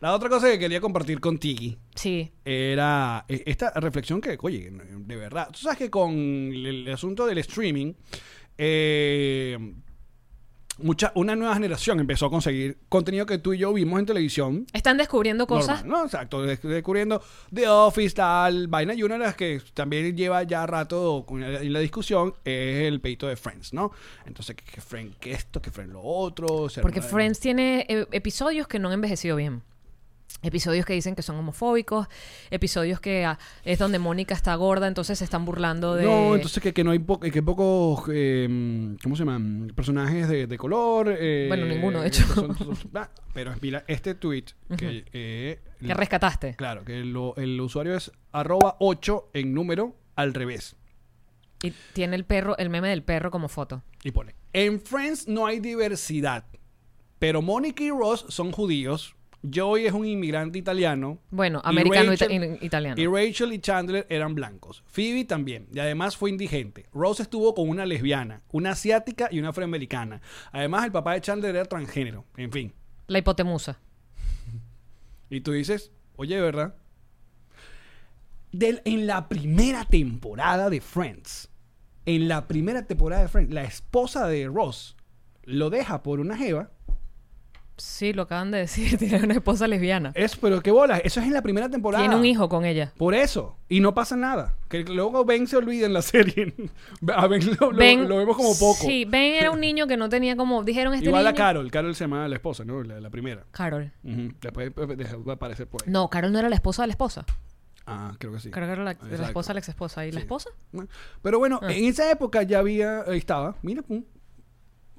S3: La otra cosa que quería compartir contigo
S4: Sí.
S3: era eh, esta reflexión que, oye, de verdad, tú sabes que con el, el asunto del streaming, eh, mucha, una nueva generación empezó a conseguir contenido que tú y yo vimos en televisión.
S4: Están descubriendo cosas.
S3: normal, ¿no? Exacto, des- descubriendo The Office, tal, vaina. Y una de las que también lleva ya rato con- en la discusión es el peito de Friends, ¿no? Entonces, que, que Friends que esto, que Friends lo otro. o sea,
S4: Porque
S3: no-
S4: Friends tiene eh, episodios que no han envejecido bien. Episodios que dicen que son homofóbicos, episodios que ah, es donde Mónica está gorda, entonces se están burlando de...
S3: No, entonces que, que no hay po- que pocos, eh, ¿cómo se llaman? Personajes de, de color. eh,
S4: Bueno, ninguno, de hecho.
S3: que son- son- son- ah, pero mira, este tweet que... eh,
S4: Que rescataste.
S3: Claro, que lo- el usuario es arroba 8 en número al revés.
S4: Y tiene el perro, el meme del perro como foto.
S3: Y pone, en Friends no hay diversidad, pero Mónica y Ross son judíos, Joey es un inmigrante italiano.
S4: Bueno,
S3: y
S4: americano ita-
S3: Rachel-
S4: i- italiano.
S3: Y Rachel y Chandler eran blancos. Phoebe también, y además fue indigente. Ross estuvo con una lesbiana, una asiática y una afroamericana. Además, el papá de Chandler era transgénero, en fin.
S4: La hipotemusa.
S3: Y tú dices, oye, ¿verdad? Del- en la primera temporada de Friends, en la primera temporada de Friends, la esposa de Ross lo deja por una jeva.
S4: Sí, lo acaban de decir, tiene una esposa lesbiana.
S3: Es, pero qué bola, eso es en la primera temporada.
S4: Tiene un hijo con ella.
S3: Por eso. Y no pasa nada. Que luego Ben se olvida en la serie. A Ben lo, lo-
S4: Ben-
S3: lo vemos como poco.
S4: Sí, Ben era un niño que no tenía como... Dijeron este
S3: Igual a
S4: niño-
S3: Carol. Carol se llamaba la esposa, ¿no? La, la primera.
S4: Carol.
S3: Ujú. Después eh, dejó de aparecer por ahí.
S4: No, Carol no era la esposa de la esposa.
S3: Ah, creo que sí.
S4: Carol era la, la
S3: Exacto.
S4: esposa de la ex esposa. ¿Y la
S3: Sí.
S4: esposa?
S3: Pero bueno,
S4: Ah.
S3: en esa época ya había... Ahí estaba. Mira, pum.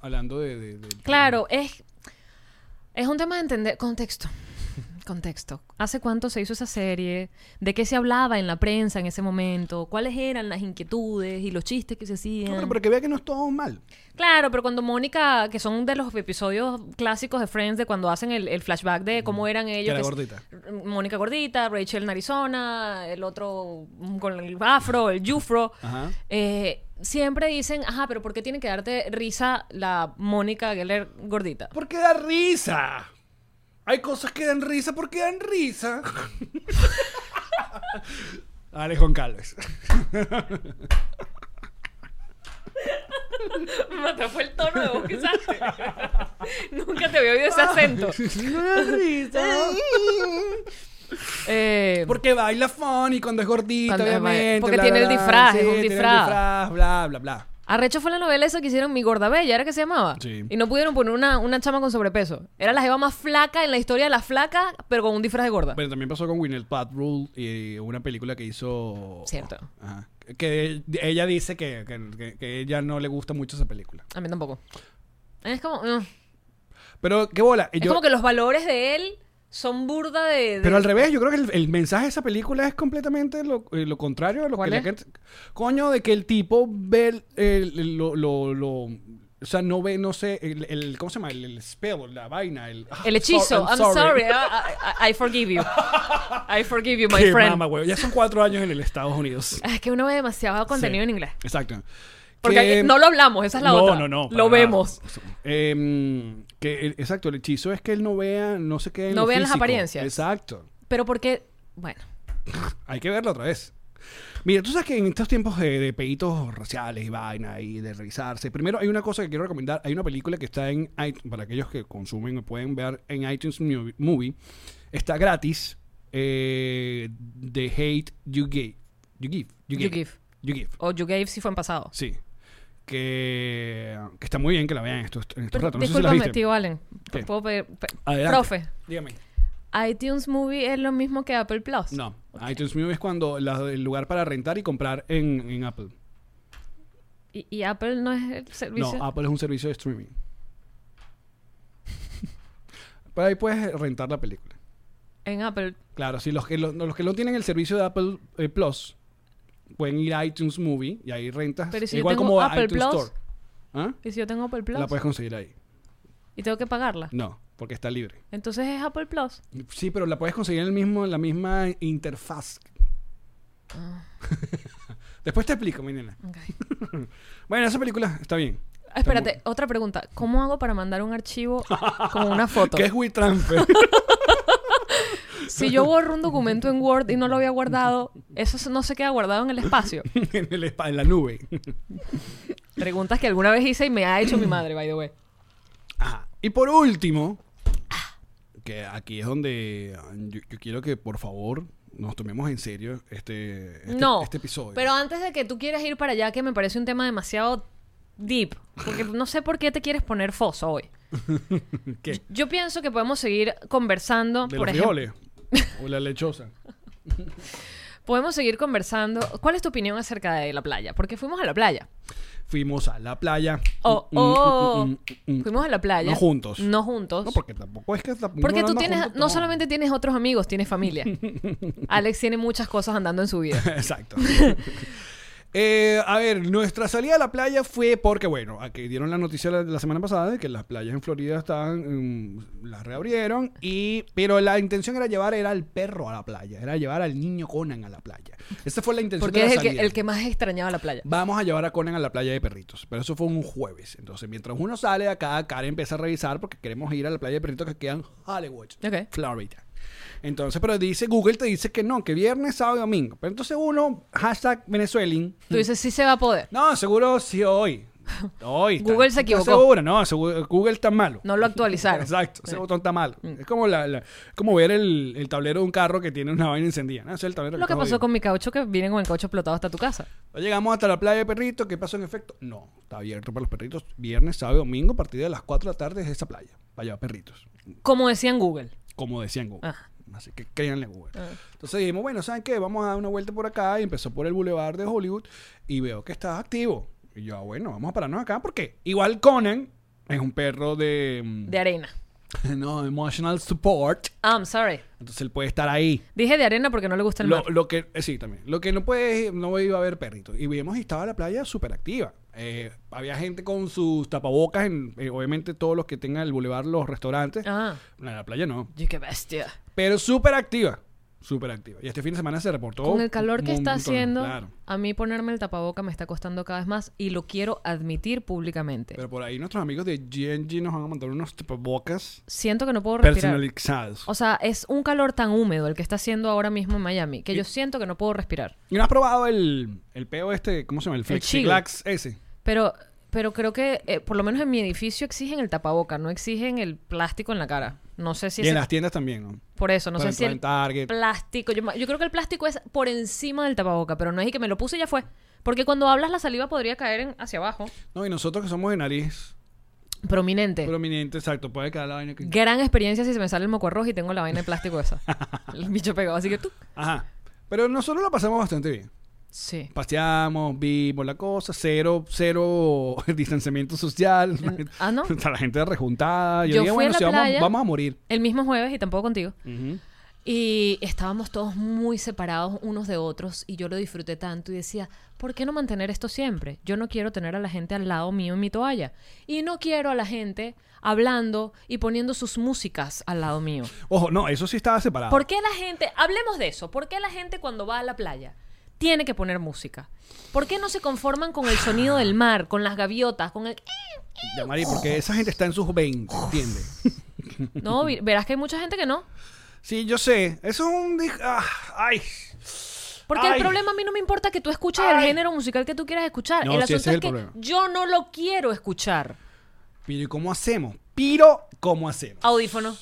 S3: Hablando de... de- de-
S4: Claro, es, es un tema de entender contexto. Contexto. ¿Hace cuánto se hizo esa serie? ¿De qué se hablaba en la prensa en ese momento? ¿Cuáles eran las inquietudes y los chistes que se
S3: No,
S4: hacían?
S3: pero, pero que vea que no es todo mal.
S4: Claro, pero cuando Mónica, que son de los episodios clásicos de Friends, de cuando hacen el, el flashback de cómo eran ellos.
S3: era
S4: que es-
S3: gordita.
S4: Mónica gordita, Rachel en Arizona, el otro mm, con el afro, el yufro.
S3: Ajá.
S4: Eh, siempre dicen, ajá, pero ¿por qué tiene que darte risa la Mónica Geller gordita?
S3: Porque da risa. Hay cosas que dan risa porque dan risa. Alex Goncalves.
S4: Mató fue el tono de voz que usaste. Nunca te había oído ese acento. Eh,
S3: Porque baila funny cuando es gordita,
S4: Cuando es baila-
S3: obviamente.
S4: porque tiene el disfraz, es un
S3: tiene el
S4: disfraz.
S3: bla, bla, bla.
S4: Arrecho fue la novela esa que hicieron Mi Gorda Bella, ¿era que se llamaba?
S3: Sí.
S4: Y no pudieron poner una, una chama con sobrepeso. Era la jeva más flaca en la historia de la flaca, pero con un disfraz de gorda.
S3: Pero también pasó con Winnet Pat Rule y una película que hizo.
S4: Cierto.
S3: Ajá. Que ella dice que, que- que- que ella no le gusta mucho esa película.
S4: A mí tampoco. Es como... mm.
S3: Pero qué bola.
S4: Es
S3: yo-
S4: como que los valores de él son burda de... de-
S3: Pero al revés, yo creo que el, el mensaje de esa película es completamente lo, eh, lo contrario a lo
S4: ¿Cuál
S3: que la
S4: es?
S3: gente- Coño, de que el tipo ve el, el- lo, lo- lo- O sea, no ve, no sé, el, el- ¿cómo se llama? El, el spell, la vaina, el... ah,
S4: El
S3: so-
S4: hechizo. I'm, sorry. Ah, I, I- I forgive you. I forgive you, my
S3: Qué
S4: friend.
S3: mama, güey. Ya son cuatro años en el Estados Unidos.
S4: Ah, Es que uno ve demasiado
S3: Sí.
S4: contenido en inglés.
S3: Exacto.
S4: Porque
S3: Que-
S4: aquí no lo hablamos, esa es la
S3: no,
S4: otra.
S3: No, no, para
S4: Lo
S3: nada.
S4: vemos.
S3: Em, que, el- exacto, el hechizo es que él no vea, no se quede en
S4: No
S3: lo
S4: vean las
S3: físico.
S4: apariencias.
S3: Exacto.
S4: Pero porque, bueno,
S3: Hay que verlo otra vez. Mira, tú sabes que en estos tiempos de, de peitos raciales y vaina y de revisarse, primero hay una cosa que quiero recomendar. Hay una película que está en iTunes, para aquellos que consumen o pueden ver en iTunes Mu- Movie. Está gratis. eh, The Hate You Gave. You Give. You
S4: You
S3: Gave.
S4: Give.
S3: You Give.
S4: O oh, You Gave si fue en pasado.
S3: Sí. Que, que está muy bien que la vean en estos, en estos
S4: Pero,
S3: ratos. No sé si la
S4: discúlpame,
S3: viste.
S4: tío Allen.
S3: ¿Qué?
S4: ¿Puedo pedir- pe-
S3: Adelante.
S4: Profe,
S3: Dígame.
S4: iTunes Movie es lo mismo que Apple Plus.
S3: No. iTunes Movie es cuando la- el lugar para rentar y comprar en, en Apple.
S4: Y, y Apple no es el servicio.
S3: No, Apple es un servicio de streaming. Pero ahí puedes rentar la película.
S4: en Apple.
S3: Claro, si los que lo, los que no tienen el servicio de Apple eh, Plus pueden ir a iTunes Movie y ahí rentas.
S4: Pero si yo
S3: igual
S4: tengo
S3: como
S4: Apple
S3: iTunes
S4: Plus,
S3: Store. ¿Ah?
S4: ¿Y si yo tengo Apple Plus? Ah.
S3: La puedes conseguir ahí.
S4: Y tengo que pagarla.
S3: No, porque está libre.
S4: Entonces es Apple Plus.
S3: Sí, pero la puedes conseguir en, el mismo, en la misma interfaz.
S4: Ah.
S3: Después te explico, mi nena.
S4: Ok.
S3: Bueno, esa película está bien.
S4: Ah, Espérate, otra pregunta. ¿Cómo hago para mandar un archivo con una foto?
S3: ¿Qué es WeTransfer?
S4: Si yo borro un documento en Word y no lo había guardado, eso se- no se queda guardado en el espacio.
S3: en, el spa- en la nube.
S4: Preguntas que alguna vez hice y me ha hecho mi madre, by the way.
S3: Ajá. Y por último, que aquí es donde ah, yo, yo quiero que por favor nos tomemos en serio este, este,
S4: no.
S3: este episodio.
S4: Pero antes de que tú quieras ir para allá, que me parece un tema demasiado deep, porque no sé por qué te quieres poner foso hoy.
S3: ¿Qué?
S4: Yo pienso que podemos seguir conversando,
S3: ¿De
S4: por
S3: los
S4: ejemplo.
S3: frijoles? ¿O la lechosa?
S4: Podemos seguir conversando. ¿Cuál es tu opinión acerca de la playa? Porque fuimos a la playa.
S3: Fuimos a la playa.
S4: Oh,
S3: Mm, mm,
S4: oh.
S3: mm, mm, mm, mm.
S4: Fuimos a la playa.
S3: No juntos.
S4: No juntos.
S3: No, porque tampoco es que... tampoco
S4: oh. Porque
S3: no
S4: tú
S3: andas
S4: tienes,
S3: juntos,
S4: no solamente tienes otros amigos, tienes familia. Alex tiene muchas cosas andando en su vida.
S3: Exacto. Eh, a ver, nuestra salida a la playa fue porque, bueno, aquí dieron la noticia la, la semana pasada de que las playas en Florida estaban, mm, las reabrieron, y, pero la intención era llevar era al perro a la playa, era llevar al niño Conan a la playa. Esa fue la intención
S4: Porque
S3: de
S4: es
S3: la
S4: el que,
S3: salida.
S4: el que más extrañaba la playa.
S3: Vamos a llevar a Conan a la playa de perritos. Pero eso fue un jueves. Entonces, mientras uno sale de acá, Karen empieza a revisar porque queremos ir a la playa de perritos que queda en Hollywood,
S4: Ok.
S3: Florida. Entonces, pero dice Google te dice que no, que viernes, sábado y domingo. Pero entonces uno, hashtag Venezuelan.
S4: Tú dices, sí se va a poder.
S3: No, seguro sí hoy. Hoy. está-
S4: Google se
S3: ¿estás
S4: equivocó.
S3: seguro? No, seguro- Google está malo.
S4: No lo actualizaron. Mm.
S3: Exacto, ese botón está malo. Es como, la, la- como ver el, el tablero de un carro que tiene una vaina encendida. No, ese es el tablero
S4: Lo que
S3: está
S4: pasó
S3: jodido.
S4: con mi caucho, que viene con el caucho explotado hasta tu casa.
S3: Ya Llegamos hasta la playa de perritos. ¿Qué pasó en efecto? No, está abierto para los perritos. Viernes, sábado y domingo, a partir de las 4 de la tarde es esa playa. Para llevar perritos.
S4: Como decían Google.
S3: Como decían Google.
S4: Ajá. Ah.
S3: Así que créanle a Google. Entonces dijimos, bueno, ¿saben qué? Vamos a dar una vuelta por acá. Y empezó por el Boulevard de Hollywood. Y veo que está activo. Y yo, ah, bueno, vamos a pararnos acá. Porque igual Conan es un perro de. mm,
S4: De arena. Ah,
S3: no, emotional support.
S4: I'm sorry.
S3: Entonces él puede estar ahí.
S4: Dije de arena porque no le gusta el
S3: Lo,
S4: mar.
S3: lo que, eh, sí, también. Lo que no puede es- no iba a haber perritos. Y vimos y estaba la playa súper activa. Eh, había gente con sus tapabocas, en, eh, obviamente todos los que tengan el bulevar, los restaurantes.
S4: Ah,
S3: No, en la playa no.
S4: yo qué bestia.
S3: Pero súper activa. Súper activa. Y este fin de semana se reportó.
S4: Con el calor que
S3: un
S4: está
S3: montón.
S4: haciendo,
S3: Claro.
S4: a mí ponerme el tapaboca me está costando cada vez más y lo quiero admitir públicamente.
S3: Pero por ahí nuestros amigos de GNG nos van a mandar unos tapabocas
S4: Siento que no puedo respirar.
S3: personalizados.
S4: O sea, es un calor tan húmedo el que está haciendo ahora mismo en Miami que yo siento que no puedo respirar.
S3: ¿Y no has probado el, el peo este? ¿Cómo se llama? El Flexiglax ese.
S4: Pero, pero creo que, eh, por lo menos en mi edificio, exigen el tapaboca, no exigen el plástico en la cara. No sé si
S3: y
S4: es
S3: en las tiendas también, ¿no?
S4: por eso, no
S3: Para
S4: sé si
S3: entrar
S4: el
S3: en Target.
S4: plástico. Yo, ma- yo creo que el plástico es por encima del tapaboca, pero no es y que me lo puse y ya fue. Porque cuando hablas la saliva podría caer en- hacia abajo.
S3: No, y nosotros que somos de nariz
S4: Prominente.
S3: prominente, exacto, puede quedar la vaina que...
S4: Gran experiencia si se me sale el moco arroz y tengo la vaina de plástico esa. el bicho pegado. Así que tú.
S3: Ajá. Pero nosotros lo pasamos bastante bien.
S4: Sí.
S3: Paseamos, vimos la cosa, cero, cero distanciamiento social.
S4: Ah, ¿no?
S3: Está la gente rejuntada. Yo,
S4: Yo
S3: dije,
S4: fui a
S3: bueno,
S4: la
S3: si vamos,
S4: playa.
S3: vamos a morir.
S4: El mismo jueves y tampoco contigo. Y estábamos todos muy separados unos de otros y yo lo disfruté tanto y decía, ¿por qué no mantener esto siempre? Yo no quiero tener a la gente al lado mío en mi toalla. Y no quiero a la gente hablando y poniendo sus músicas al lado mío.
S3: Ojo, no, eso sí estaba separado.
S4: ¿Por qué la gente, hablemos de eso, ¿por qué la gente cuando va a la playa tiene que poner música? ¿Por qué no se conforman con el sonido del mar, con las gaviotas, con el...
S3: Ya, Mari, porque esa gente está en sus 20, ¿entiendes?
S4: No, vi- verás que hay mucha gente que no.
S3: Sí, yo sé. Eso es un... dis- ah, ay.
S4: Porque
S3: Ay.
S4: el problema a mí no me importa que tú escuches el
S3: Ay.
S4: género musical que tú quieras escuchar.
S3: No,
S4: el
S3: sí, ese
S4: asunto
S3: es
S4: es,
S3: el
S4: que
S3: problema.
S4: yo no lo quiero escuchar.
S3: Pero ¿y cómo hacemos? Piro, ¿cómo hacemos?
S4: Audífono.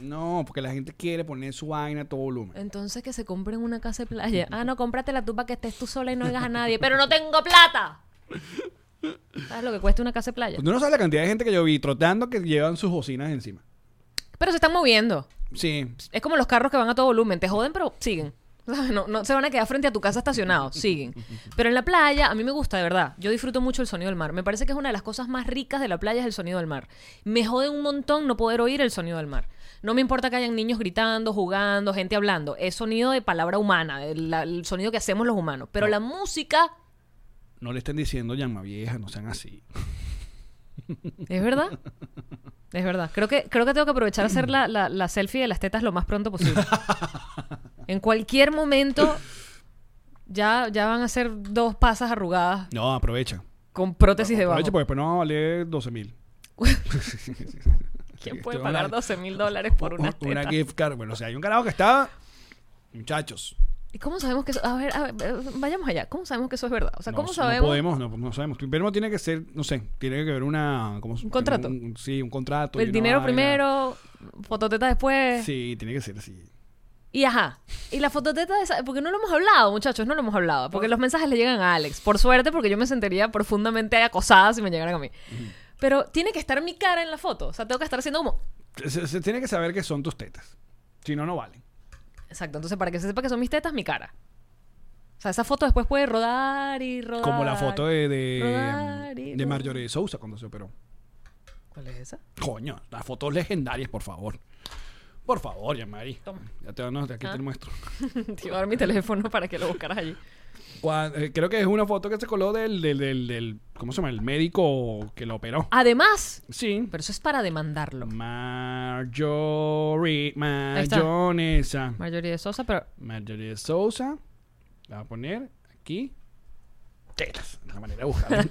S3: No, porque la gente quiere poner su vaina a todo volumen.
S4: Entonces que se compren una casa de playa. Ah, no, cómpratela tú para que estés tú sola y no oigas a nadie. Pero no tengo plata. ¿Sabes lo que cuesta una casa de playa?
S3: Tú no sabes la cantidad de gente que yo vi trotando que llevan sus bocinas encima.
S4: Pero se están moviendo.
S3: Sí.
S4: Es como los carros que van a todo volumen. Te joden, pero siguen. ¿Sabes? No, no se van a quedar frente a tu casa estacionados. Siguen. Pero en la playa, a mí me gusta, de verdad. Yo disfruto mucho el sonido del mar. Me parece que es una de las cosas más ricas de la playa es el sonido del mar. Me jode un montón no poder oír el sonido del mar. No me importa que hayan niños gritando, jugando, gente hablando. Es sonido de palabra humana, el, la- el sonido que hacemos los humanos. Pero la música,
S3: No le estén diciendo llama vieja, no sean así.
S4: es verdad. Es verdad. Creo que, creo que tengo que aprovechar a hacer la, la- la selfie de las tetas lo más pronto posible. en cualquier momento ya, ya van a ser dos pasas arrugadas
S3: No, aprovecha.
S4: con prótesis
S3: Aprovecha
S4: debajo.
S3: porque después no va a valer 12 mil.
S4: ¿Quién
S3: Estoy
S4: puede pagar
S3: hablando-
S4: 12 mil dólares por una
S3: una
S4: teta?
S3: gift card. Bueno, o sea, hay un carajo que está. Muchachos.
S4: ¿Y cómo sabemos que eso? A ver, a ver, vayamos allá. ¿Cómo sabemos que eso es verdad? O sea,
S3: no,
S4: ¿cómo
S3: no
S4: sabemos?
S3: podemos, no, no sabemos. Primero tiene que ser, no sé, tiene que haber una. como-
S4: Un contrato.
S3: un- sí, un contrato. y
S4: el
S3: una
S4: dinero
S3: vaina.
S4: primero, fototeta después.
S3: Sí, tiene que ser así.
S4: Y ajá. Y la fototeta de esa- porque no lo hemos hablado, muchachos, no lo hemos hablado. Porque los mensajes le llegan a Alex. Por suerte, porque yo me sentiría profundamente acosada si me llegaran a mí. Pero tiene que estar mi cara en la foto. O sea, tengo que estar haciendo como.
S3: Se, se tiene que saber que son tus tetas. Si no, no valen.
S4: Exacto. Entonces, para que se sepa que son mis tetas, mi cara. O sea, esa foto después puede rodar y rodar.
S3: Como la foto de, de,
S4: rodar y
S3: de
S4: rodar.
S3: Marjorie Sousa cuando se operó.
S4: ¿Cuál es esa?
S3: Coño, las fotos legendarias, por favor. Por favor, Yamari.
S4: Toma.
S3: Ya te, no, aquí
S4: Ah.
S3: te lo muestro.
S4: Te iba a dar mi teléfono para que lo buscaras allí.
S3: Cuan- eh, creo que es una foto que se coló del, del, del, del- ¿cómo se llama? El médico que la operó.
S4: Además.
S3: Sí.
S4: Ah. Pero eso es para demandarlo.
S3: Mm. Marjorie,
S4: está.
S3: Mayonesa.
S4: Marjorie de Sosa, pero.
S3: Marjorie Sousa. La voy a poner aquí. Tetas, la manera de buscar.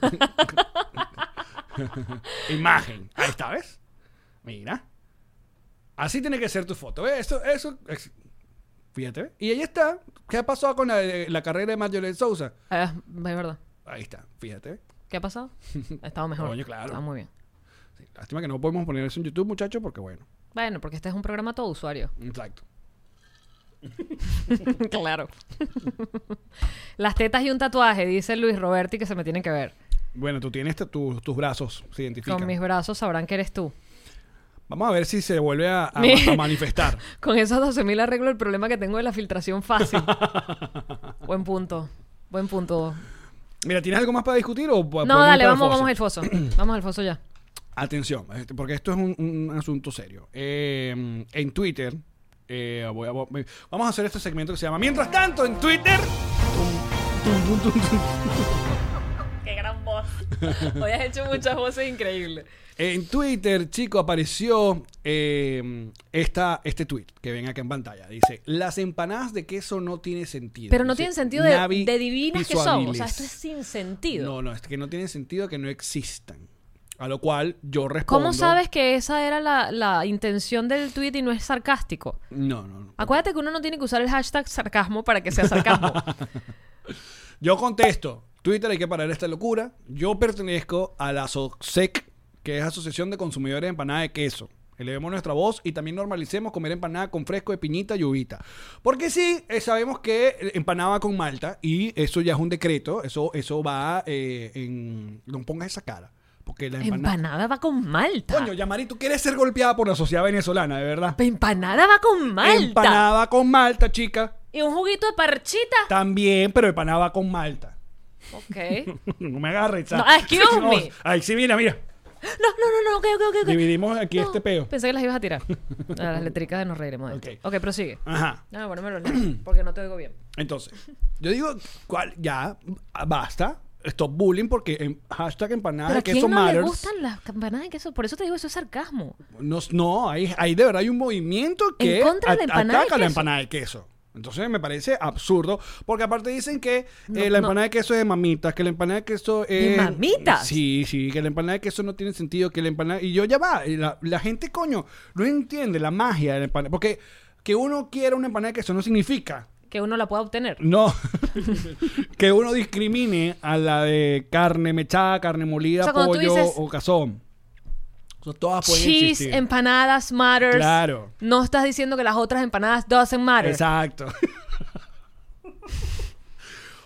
S3: Imagen. Ahí está, ¿ves? Mira. Así tiene que ser tu foto. ¿Ves? Eso, eso. es- Fíjate. ¿ves? Y ahí está. ¿Qué ha pasado con la, la carrera de Marjorie Sousa?
S4: Ah, es verdad.
S3: Ahí está. Fíjate.
S4: ¿Qué ha pasado? Ha estado mejor.
S3: Coño, claro.
S4: Estaba muy bien.
S3: Sí, Lástima que no podemos poner eso en YouTube, muchachos, porque bueno.
S4: Bueno, porque este es un programa todo usuario.
S3: Exacto.
S4: claro. Las tetas y un tatuaje, dice Luis Roberti, que se me tienen que ver.
S3: Bueno, tú tienes tu- tu- tus brazos, se identifican.
S4: Con mis brazos sabrán que eres tú.
S3: Vamos a ver si se vuelve a, a-
S4: Mi-
S3: a manifestar.
S4: Con esos 12.000 arreglo el problema que tengo de la filtración fácil. Buen punto. Buen punto.
S3: Mira, ¿tienes algo más para discutir o po-
S4: No,
S3: podemos
S4: dale,
S3: ir para el
S4: vamos,
S3: foso?
S4: vamos al foso. vamos al foso ya.
S3: Atención, este, porque esto es un, un asunto serio. Eh, en Twitter, eh, voy a- voy- vamos a hacer este segmento que se llama Mientras tanto, en Twitter. Tum, tum, tum, tum, tum.
S4: Qué gran voz. Hoy has hecho muchas voces increíbles.
S3: En Twitter, chico, apareció eh, esta, este tweet que ven acá en pantalla. Dice: Las empanadas de queso no tiene sentido.
S4: Pero no
S3: Dice,
S4: tiene sentido de,
S3: Navi
S4: de divinas que son. O sea,
S3: Pisoaniles.
S4: esto es sin sentido.
S3: No, no, es que no tiene sentido que no existan. A lo cual yo respondo.
S4: ¿Cómo sabes que esa era la, la intención del tweet y no es sarcástico?
S3: No, no, no.
S4: Acuérdate que uno no tiene que usar el hashtag sarcasmo para que sea sarcasmo.
S3: Yo contesto, Twitter hay que parar esta locura. Yo pertenezco a la SOSEC, que es Asociación de Consumidores de Empanada de Queso. Elevemos nuestra voz y también normalicemos comer empanada con fresco de piñita y uvita. Porque sí, eh, sabemos que eh, empanada va con malta y eso ya es un decreto. Eso, eso va eh, en... No pongas esa cara. Porque la empanada...
S4: empanada va con malta.
S3: Coño, Yamari, tú quieres ser golpeada por la sociedad venezolana, de verdad.
S4: empanada va con malta.
S3: Empanada con malta, chica.
S4: Y un juguito de parchita.
S3: También, pero empanada va con malta.
S4: Ok.
S3: No me agarres.
S4: No,
S3: ah,
S4: excuse me.
S3: Ahí sí, mira, mira.
S4: No, no, no, no, ok, ok, ok. ok.
S3: Dividimos aquí
S4: No,
S3: este peo.
S4: Pensé que las ibas a tirar. A las letricas de nos reiremos de
S3: Ok.
S4: esto. Ok, prosigue.
S3: Ajá.
S4: No, ponémelo lejos, porque no te oigo bien.
S3: Entonces, yo digo, ¿cuál? ya, basta. Stop bullying porque en hashtag empanada
S4: Pero
S3: Ah, de
S4: ¿a quién
S3: queso
S4: no le
S3: matters.
S4: gustan las empanadas de queso? Por eso te digo, eso es sarcasmo.
S3: No, no, hay, hay de verdad hay un movimiento que
S4: En contra de la
S3: at-
S4: empanada de
S3: ataca la
S4: queso.
S3: empanada de queso. Entonces me parece absurdo, porque aparte dicen que eh,
S4: no.
S3: la empanada de queso es de mamitas, que la empanada de queso es...
S4: mamitas?
S3: Sí, sí, que la empanada de queso no tiene sentido, que la empanada... Y yo ya va, y la, la gente, coño, no entiende la magia de la empanada, porque que uno quiera una empanada de queso no significa
S4: que uno la pueda obtener.
S3: No, que uno discrimine a la de carne mechada, carne molida,
S4: O sea, cuando tú
S3: pollo
S4: dices-
S3: o cazón. O sea, todas pueden
S4: Cheese,
S3: existir.
S4: empanadas, matters.
S3: Claro.
S4: No estás diciendo que las otras empanadas doesn't matter.
S3: Exacto.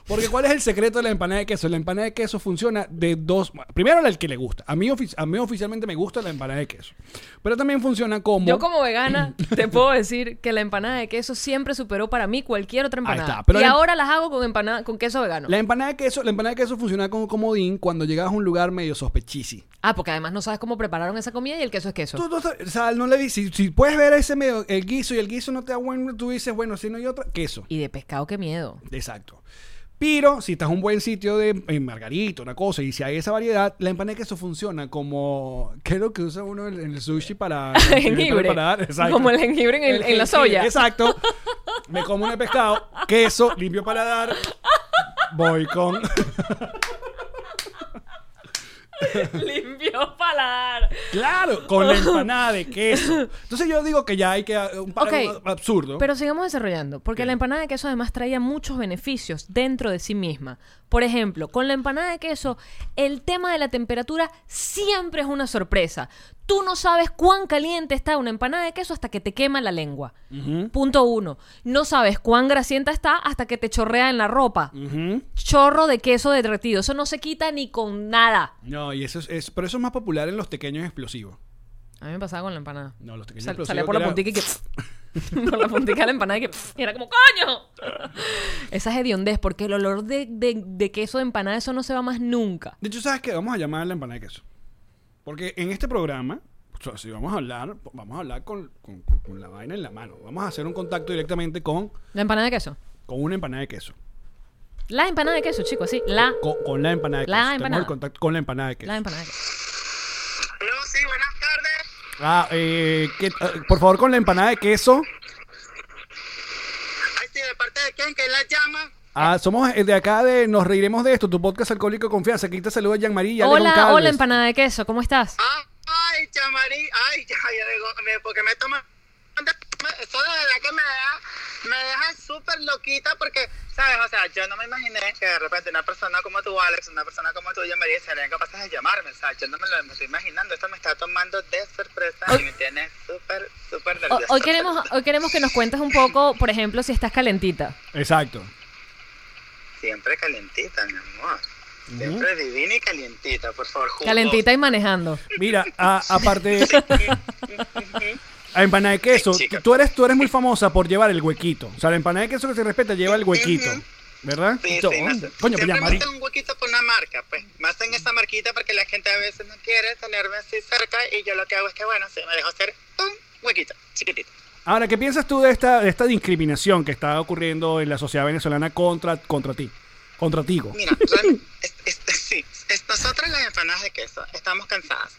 S3: Porque ¿cuál es el secreto de la empanada de queso? La empanada de queso funciona de dos... Primero, la que le gusta. A mí, ofici- a mí oficialmente me gusta la empanada de queso. Pero también funciona como...
S4: Yo como vegana te puedo decir que la empanada de queso siempre superó para mí cualquier otra
S3: Ahí
S4: empanada.
S3: está, pero
S4: y
S3: la- em-
S4: ahora las hago con empanada con queso vegano.
S3: La em- empanada de queso, la empanada de queso funciona como comodín cuando llegas a un lugar medio sospechisi.
S4: Ah, porque además no sabes cómo prepararon esa comida y el queso es queso.
S3: Tú, tú, tú, o sea, no le di- si, si puedes ver ese medio, el guiso y el guiso no te da bueno, tú dices, bueno, si no hay otra, queso.
S4: Y de pescado, qué miedo.
S3: Exacto. Pero si estás en un buen sitio de en Margarito, una cosa, y si hay esa variedad, la empanada de queso funciona como. ¿Qué es lo que usa uno en en el sushi para.
S4: Jengibre.
S3: preparar? Exacto.
S4: Como el jengibre en el- en
S3: jengibre,
S4: la soya.
S3: Exacto. Me como un pescado, queso, limpio para dar. Voy con.
S4: Limpio paladar.
S3: Claro, con la empanada de queso. Entonces yo digo que ya hay que. Un par-
S4: Ok,
S3: absurdo.
S4: Pero sigamos desarrollando, porque la empanada de queso además traía muchos beneficios dentro de sí misma. Por ejemplo, con la empanada de queso, el tema de la temperatura siempre es una sorpresa. Tú no sabes cuán caliente está una empanada de queso hasta que te quema la lengua. Punto uno. No sabes cuán grasienta está hasta que te chorrea en la ropa.
S3: Ujú.
S4: Chorro de queso derretido. Eso no se quita ni con nada.
S3: No, y eso es, es- Pero eso es más popular en los pequeños explosivos.
S4: A mí me pasaba con la empanada.
S3: No, los pequeños
S4: Sal-
S3: explosivos.
S4: salía por
S3: que
S4: la
S3: era-
S4: puntica y que... por la puntica de la empanada y que... y era como, ¡coño! Esa es hediondez, porque el olor de, de- de queso de empanada, eso no se va más nunca.
S3: De hecho, ¿sabes qué? Vamos a llamar la empanada de queso. Porque en este programa, o sea, si vamos a hablar, vamos a hablar con, con- con- con la vaina en la mano. Vamos a hacer un contacto directamente con,
S4: La empanada de queso.
S3: con una empanada de queso.
S4: La empanada de queso, chicos, sí. La,
S3: Con, con la empanada de
S4: Ah. La
S3: queso. Tenemos
S4: empanada.
S3: el contacto con la empanada de queso.
S4: la empanada de queso.
S6: Aló, sí, buenas tardes.
S3: Ah, eh, ¿qué- eh, por favor, con la empanada de queso.
S6: Ay, sí, ¿de parte de quién? ¿Quién la llama?
S3: Ah, somos eh, de acá de Nos Reiremos de Esto, tu podcast alcohólico de confianza. Aquí te saluda Jean María. Ale
S4: Hola,
S3: Goncalves.
S4: hola, empanada de queso, ¿cómo estás?
S6: Ah, ay, chamarí. Ay, ya, ya digo, me- porque me toma... Eso de verdad que me deja, me deja súper loquita porque, ¿sabes? O sea, yo no me imaginé que de repente una persona como tú, Alex, una persona como tú, Jean María, serían capaces de llamarme. O sea, yo no me lo estoy imaginando. Esto me está tomando de sorpresa y me tiene súper, súper
S4: Ho-
S6: nerviosa.
S4: Hoy queremos, hoy queremos que nos cuentes un poco, por ejemplo, si estás calentita.
S3: Exacto.
S6: Siempre calientita, mi amor. Siempre divina y calientita, por favor. jugosa.
S4: Calentita y manejando.
S3: Mira, a- aparte. A empanada de queso,
S6: Sí, chica.
S3: tú eres, tú eres muy famosa por llevar el huequito. O sea, la empanada de queso que se respeta lleva el huequito. ¿Verdad?
S6: Sí,
S3: Yo-
S6: sí, me hacen-
S3: Coño,
S6: siempre
S3: pues ya,
S6: me
S3: Mari-
S6: hacen un huequito por una marca, pues. Me hacen esa marquita porque la gente a veces no quiere tenerme así cerca y yo lo que hago es que, bueno, se me dejo hacer un huequito, chiquitito.
S3: Ahora, ¿qué piensas tú de esta, de esta discriminación que está ocurriendo en la sociedad venezolana contra, contra ti? Contra ti.
S6: Mira, real- es- es- sí, es- nosotras las empanadas de queso estamos cansadas.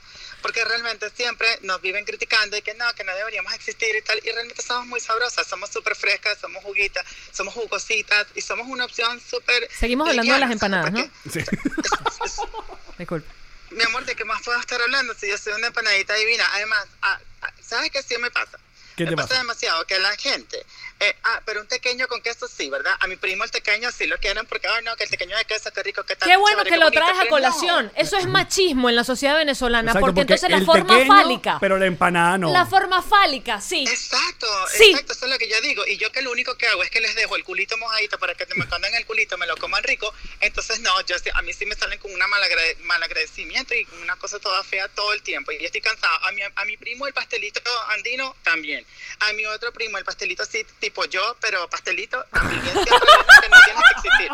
S6: Porque realmente siempre nos viven criticando y que no, que no deberíamos existir y tal. Y realmente somos muy sabrosas, somos súper frescas, somos juguitas, somos jugositas y somos una opción súper...
S4: Seguimos hablando de las
S6: liviana,
S4: empanadas, ¿no?
S3: Sí.
S6: porque-
S4: Disculpa.
S6: Mi amor, ¿de qué más puedo estar hablando si yo soy una empanadita divina? Además, ah, ah, ¿sabes qué sí me pasa?
S3: ¿Qué
S6: me
S3: te
S6: pasa?
S3: pasa?
S6: demasiado que la gente. eh, ah, pero un tequeño con queso sí, ¿verdad? A mi primo el tequeño sí lo quieren porque, ay, no, que el tequeño de queso, qué rico, qué tal.
S4: Qué bueno
S6: chévere,
S4: que
S6: qué
S4: lo
S6: bonito,
S4: traes a
S6: Ah, pero
S4: colación. Eso es machismo en la sociedad venezolana,
S3: Exacto,
S4: porque, entonces la
S3: el
S4: forma
S3: tequeño,
S4: fálica.
S3: Pero la empanada no.
S4: La forma fálica, sí.
S6: no. Exacto,
S4: Sí.
S6: exacto, eso es lo que yo digo. Y yo que lo único que hago es que les dejo el culito mojadito para que me coman el culito, me lo coman rico. Entonces, no, yo sí- a mí sí me salen con un mal agradecimiento y una cosa toda fea todo el tiempo. Y yo estoy cansada. A mi, a mi primo el pastelito andino también. A mi otro primo el pastelito sí, tipo yo, pero pastelito también. Siempre dicen que no tiene que existir.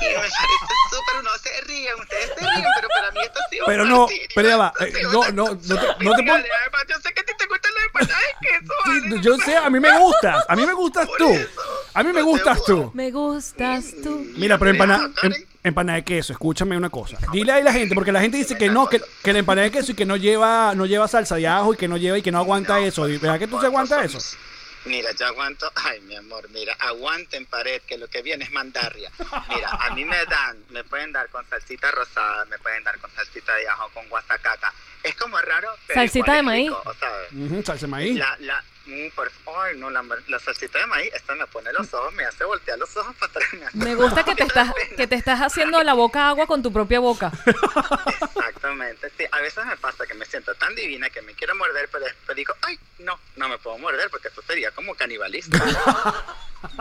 S6: Y me parece súper, no se ríen, ustedes se ríen, pero para mí esto ha sido un
S3: Pero no,
S6: martirio,
S3: pero ya va,
S6: esto ha
S3: eh,
S6: sido
S3: no,
S6: una-
S3: no, no te- no te
S6: Mira,
S3: pon-
S6: además, Yo sé que a ti te gustan las empanadas de queso,
S3: Sí,
S6: ¿vale?
S3: yo sé, a mí me gustas. A mí me gustas
S6: Por
S3: tú.
S6: eso.
S3: A mí me
S6: No te
S3: gustas tú.
S4: Me gustas
S6: Mm.
S4: tú.
S3: Mira, pero
S6: Mira,
S3: empanada, em-
S6: Karen.
S3: empanada de queso, escúchame una cosa. Dile ahí a la gente, porque la gente dice que no, que, que la empanada de queso y que no lleva, no lleva salsa de ajo y que no lleva y que no aguanta eso. Di- ¿Verdad que tú se aguanta eso?
S6: Mira, yo aguanto, ay mi amor, mira, aguanten pared, que lo que viene es mandarria. Mira, a mí me dan, me pueden dar con salsita rosada, me pueden dar con salsita de ajo, con guasacaca. Es como raro. pero
S4: Salsita
S6: igual
S4: de
S6: es
S4: maíz.
S6: rico, ¿sabes?
S3: Ujú, salsa de maíz.
S6: La, la, mm, por- ay, no, la, la salsita de maíz, esta me pone los ojos, me hace voltear los ojos para atrás. hace
S4: Me gusta que te
S6: poquito de
S4: estás,
S6: pena.
S4: que te estás haciendo la boca agua con tu propia boca.
S6: Exactamente, sí. A veces me pasa que me siento tan divina que me quiero morder, pero después digo, ay, no, no me puedo morder porque esto sería como canibalismo.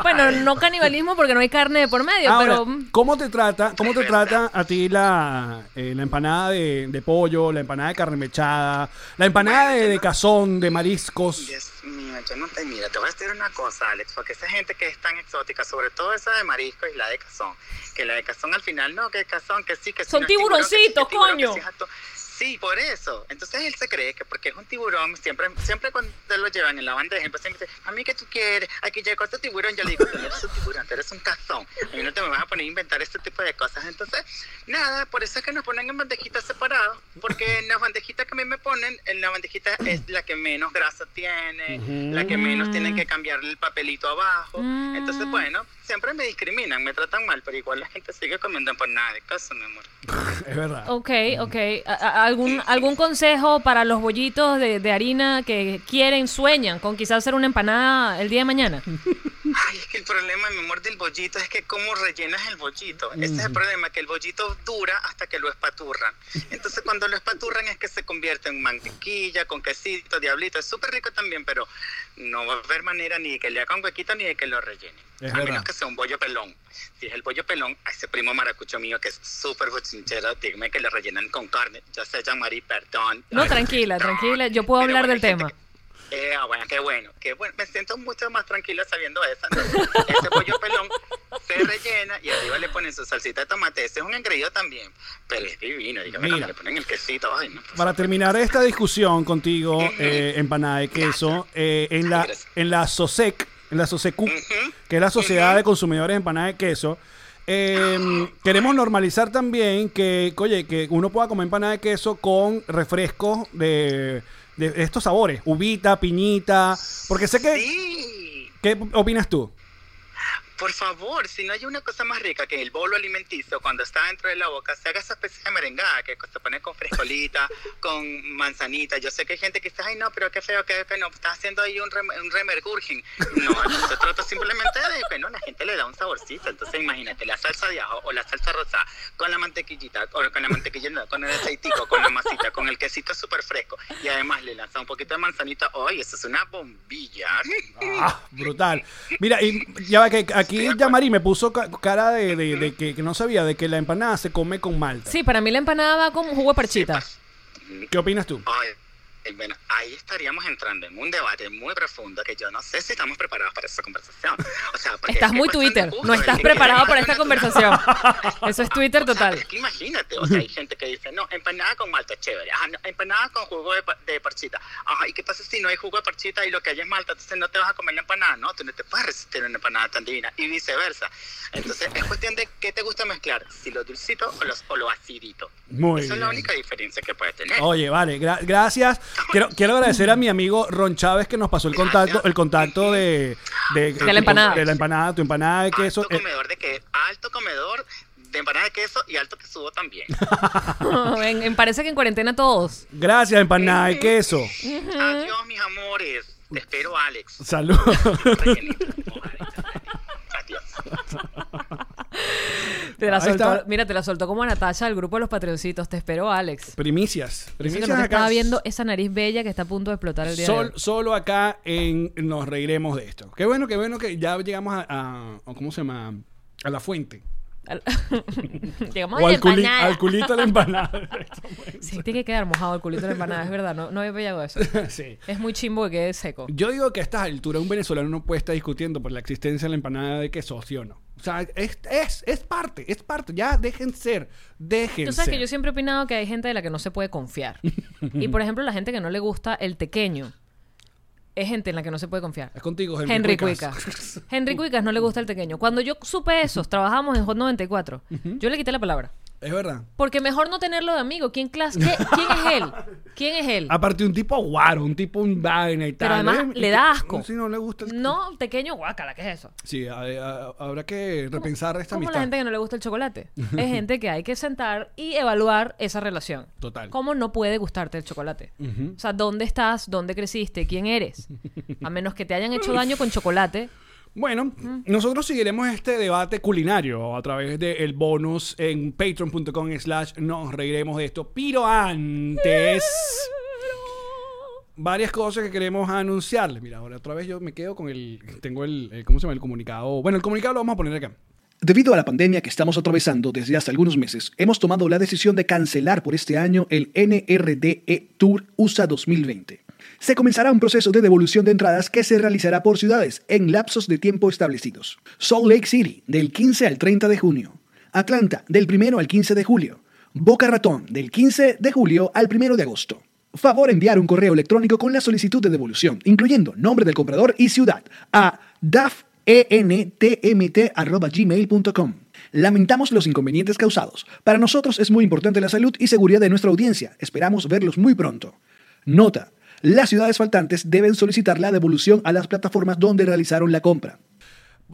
S4: Bueno, no canibalismo porque no hay carne de por medio,
S3: Ahora,
S4: pero mm,
S3: ¿cómo te trata, cómo te trata a ti la, eh, la empanada de, de pollo, la empanada de carne mechada, la empanada de, de cazón, de mariscos?
S6: Dios mío, yo no te mira, te voy a decir una cosa, Alex, porque esa gente que es tan exótica, sobre todo esa de marisco y la de cazón, que la de cazón al final no, que cazón, que sí, que sí,
S4: Son
S6: no es tiburón, que sí, que
S4: tiburoncitos,
S6: es tiburón, que
S4: coño.
S6: sí es atún. Sí, por eso. Entonces él se cree que porque es un tiburón, siempre, siempre cuando lo llevan en la bandeja, siempre siempre dice, a mí que tú quieres, aquí llegó este tiburón, yo le digo, tú no eres un tiburón, tú eres un cazón. A mí no te me vas a poner a inventar este tipo de cosas. Entonces, nada, por eso es que nos ponen en bandejitas separadas, porque en las bandejitas que a mí me ponen, en la bandejita es la que menos grasa tiene, la que menos tienen que cambiar el papelito abajo. Entonces, bueno, siempre me discriminan, me tratan mal, pero igual la gente sigue comiendo por nada de caso, mi amor.
S3: Es verdad.
S4: ok, ok. A- a- ¿Algún, algún consejo para los bollitos de, de harina que quieren, sueñan con quizás hacer una empanada el día de mañana?
S6: Ay, es que el problema, mi amor, del bollito es que cómo rellenas el bollito. Ese es el problema, que el bollito dura hasta que lo espaturran. Entonces, cuando lo espaturran es que se convierte en mantequilla, con quesito, diablito. Es súper rico también, pero no va a haber manera ni de que le hagan huequito ni de que lo rellenen.
S3: Es
S6: a
S3: verdad.
S6: menos que sea un bollo pelón. Si es el bollo pelón, a ese primo maracucho mío que es súper bochinchero, dígame que le rellenan con carne. Ya sé, Jean-Marie, perdón.
S4: No,
S6: Ay,
S4: tranquila,
S6: perdón.
S4: tranquila, yo puedo
S6: Pero
S4: hablar
S6: bueno,
S4: del
S6: hay gente
S4: tema.
S6: que- eh, ah, bueno, qué bueno, qué bueno. Me siento mucho más tranquila sabiendo esa. ¿no? Ese pollo pelón se rellena y arriba le ponen su salsita de tomate. Ese es un engreído también, pero es divino. Dígame
S3: Mira.
S6: cuando le ponen el quesito. Ay, no, pues,
S3: Para terminar esta discusión contigo, eh, empanada de queso, eh, en la en la SOSEC, en la SOSECU, que es la Sociedad de Consumidores de Empanada de Queso, eh, queremos normalizar también que, oye, que uno pueda comer empanada de queso con refrescos de, de estos sabores, uvita, piñita, porque sé que...
S6: sí.
S3: ¿Qué opinas tú?
S6: Por favor, si no hay una cosa más rica que el bolo alimenticio, cuando está dentro de la boca, se haga esa especie de merengada que se pone con frescolita, con manzanita. Yo sé que hay gente que dice, ay, no, pero qué feo, qué no, estás haciendo ahí un, rem- un remergurgen. No, eso se trata simplemente de que no, la gente le da un saborcito. Entonces, imagínate, la salsa de ajo o la salsa rosada con la mantequillita, o con la mantequilla, no, con el aceitico, con la masita, con el quesito súper fresco. Y además le lanza un poquito de manzanita. ¡Ay, eso es una bombilla!
S3: Ah, brutal. Mira, y ya va que aquí
S6: acuerdo.
S3: Yamari me puso ca- cara de, de- de que, que no sabía, de que la empanada se come con malta.
S4: Sí, para mí la empanada va con jugo de parchita.
S3: ¿Qué opinas tú?
S6: Ay, eh, bueno, ahí estaríamos entrando en un debate muy profundo que yo no sé si estamos preparados para esa conversación. O sea, porque
S4: Estás
S6: es
S4: muy
S6: cuestión de
S4: Twitter,
S6: gusto,
S4: no
S6: el
S4: estás
S6: que quiera
S4: preparado
S6: más
S4: para esta
S6: natural.
S4: conversación. Eso es Twitter
S6: O sea,
S4: total.
S6: es que imagínate, o sea, hay gente que dice, no, empanada con malta, chévere, ajá, no, empanada con jugo de, pa- de parchita. Ajá, ¿y qué pasa si no hay jugo de parchita y lo que hay es malta? Entonces no te vas a comer la empanada, no, tú no te puedes resistir a una empanada tan divina y viceversa. Entonces es cuestión de qué te gusta mezclar, si lo dulcito o, los, o lo acidito.
S3: Muy
S6: Esa es la
S3: bien.
S6: única diferencia que puedes tener.
S3: Oye, vale, gra- gracias. Quiero, quiero agradecer a mi amigo Ron Chávez que nos pasó el contacto, el contacto de, de,
S4: De la empanada.
S3: de la empanada, tu empanada de queso.
S6: alto
S3: Eh,
S6: comedor de que alto comedor de empanada de queso y alto que subo también.
S4: En- en- parece que en cuarentena todos.
S3: Eh, gracias, empanada de queso.
S6: Adiós, mis amores. Te espero, Alex.
S3: Salud.
S6: Rellenito. Adiós.
S4: Te la
S3: Ahí está.
S4: soltó, mira, te la soltó como a Natasha del grupo de los Patreoncitos. Te espero, Alex.
S3: Primicias.
S4: Eso
S3: Primicias
S4: que no te
S3: acá.
S4: estaba viendo esa nariz bella que está a punto de explotar el día de
S3: Sol-
S4: hoy.
S3: solo acá en nos reiremos de esto. Qué bueno, qué bueno que ya llegamos a, a- a- ¿cómo se llama? A la fuente.
S4: Al- Llegamos
S3: o
S4: a la
S3: al, culi-
S4: empanada.
S3: al culito de la empanada.
S4: Sí, tiene que quedar mojado el culito de la empanada, es verdad. No, no había pillado eso.
S3: sí.
S4: Es muy chimbo que quede seco.
S3: Yo digo que a estas alturas un venezolano no puede estar discutiendo por la existencia de la empanada de queso, ¿sí o no? O sea, es, es, es parte, es parte. Ya dejen ser, dejen
S4: Tú sabes
S3: ser.
S4: que yo siempre he opinado que hay gente de la que no se puede confiar. Y por ejemplo, la gente que no le gusta el tequeño es gente en la que no se puede confiar.
S3: Es contigo, Henry,
S4: Henry
S3: Cuica.
S4: Cuicas. Henry Cuicas no le gusta el tequeño. Cuando yo supe eso, trabajamos en Hot 94. Yo le quité la palabra.
S3: Es verdad.
S4: Porque mejor no tenerlo de amigo. ¿Quién, clas- qué- ¿quién es él? ¿Quién es él?
S3: Aparte, un tipo guaro, un tipo un vaina y
S4: Pero
S3: tal.
S4: además
S3: ¿eh?
S4: le da asco.
S3: Si no le gusta el-
S4: No, pequeño guácala, ¿qué es eso?
S3: Sí, a- a- habrá que repensar esta
S4: Como
S3: amistad.
S4: la gente que no le gusta el chocolate. Es gente que hay que sentar y evaluar esa relación.
S3: Total.
S4: ¿Cómo no puede gustarte el chocolate?
S3: Ujú.
S4: O sea, ¿dónde estás? ¿Dónde creciste? ¿Quién eres? A menos que te hayan hecho daño con chocolate.
S3: Bueno, nosotros seguiremos este debate culinario a través del bonus en patreon.com slash nos reiremos de esto. Pero antes... Varias cosas que queremos anunciarles. Mira, ahora otra vez yo me quedo con el... Tengo el... el- ¿Cómo se llama? El comunicado. Bueno, el comunicado lo vamos a poner acá.
S7: Debido a la pandemia que estamos atravesando desde hace algunos meses, hemos tomado la decisión de cancelar por este año el NRDE E Tour USA 2020. Se comenzará un proceso de devolución de entradas que se realizará por ciudades en lapsos de tiempo establecidos. Salt Lake City, del 15 al 30 de junio. Atlanta, del 1 al 15 de julio. Boca Ratón, del 15 de julio al 1 de agosto. Favor enviar un correo electrónico con la solicitud de devolución, incluyendo nombre del comprador y ciudad, a dafentmt.gmail.com. Lamentamos los inconvenientes causados. Para nosotros es muy importante la salud y seguridad de nuestra audiencia. Esperamos verlos muy pronto. Nota. Las ciudades faltantes deben solicitar la devolución a las plataformas donde realizaron la compra.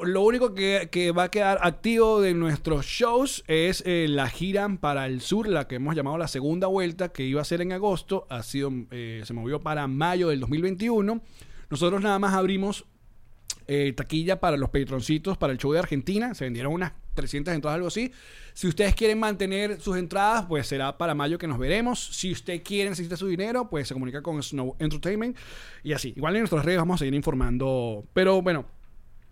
S3: Lo único que, que va a quedar activo de nuestros shows es eh, la gira para el sur, la que hemos llamado la segunda vuelta, que iba a ser en agosto, ha sido, eh, se movió para mayo del 2021. Nosotros nada más abrimos eh, taquilla para los patroncitos para el show de Argentina. Se vendieron unas 300 entradas, algo así. Si ustedes quieren mantener sus entradas, pues será para mayo que nos veremos. Si usted quiere, necesita su dinero, pues se comunica con Snow Entertainment y así. Igual en nuestras redes vamos a seguir informando. Pero bueno,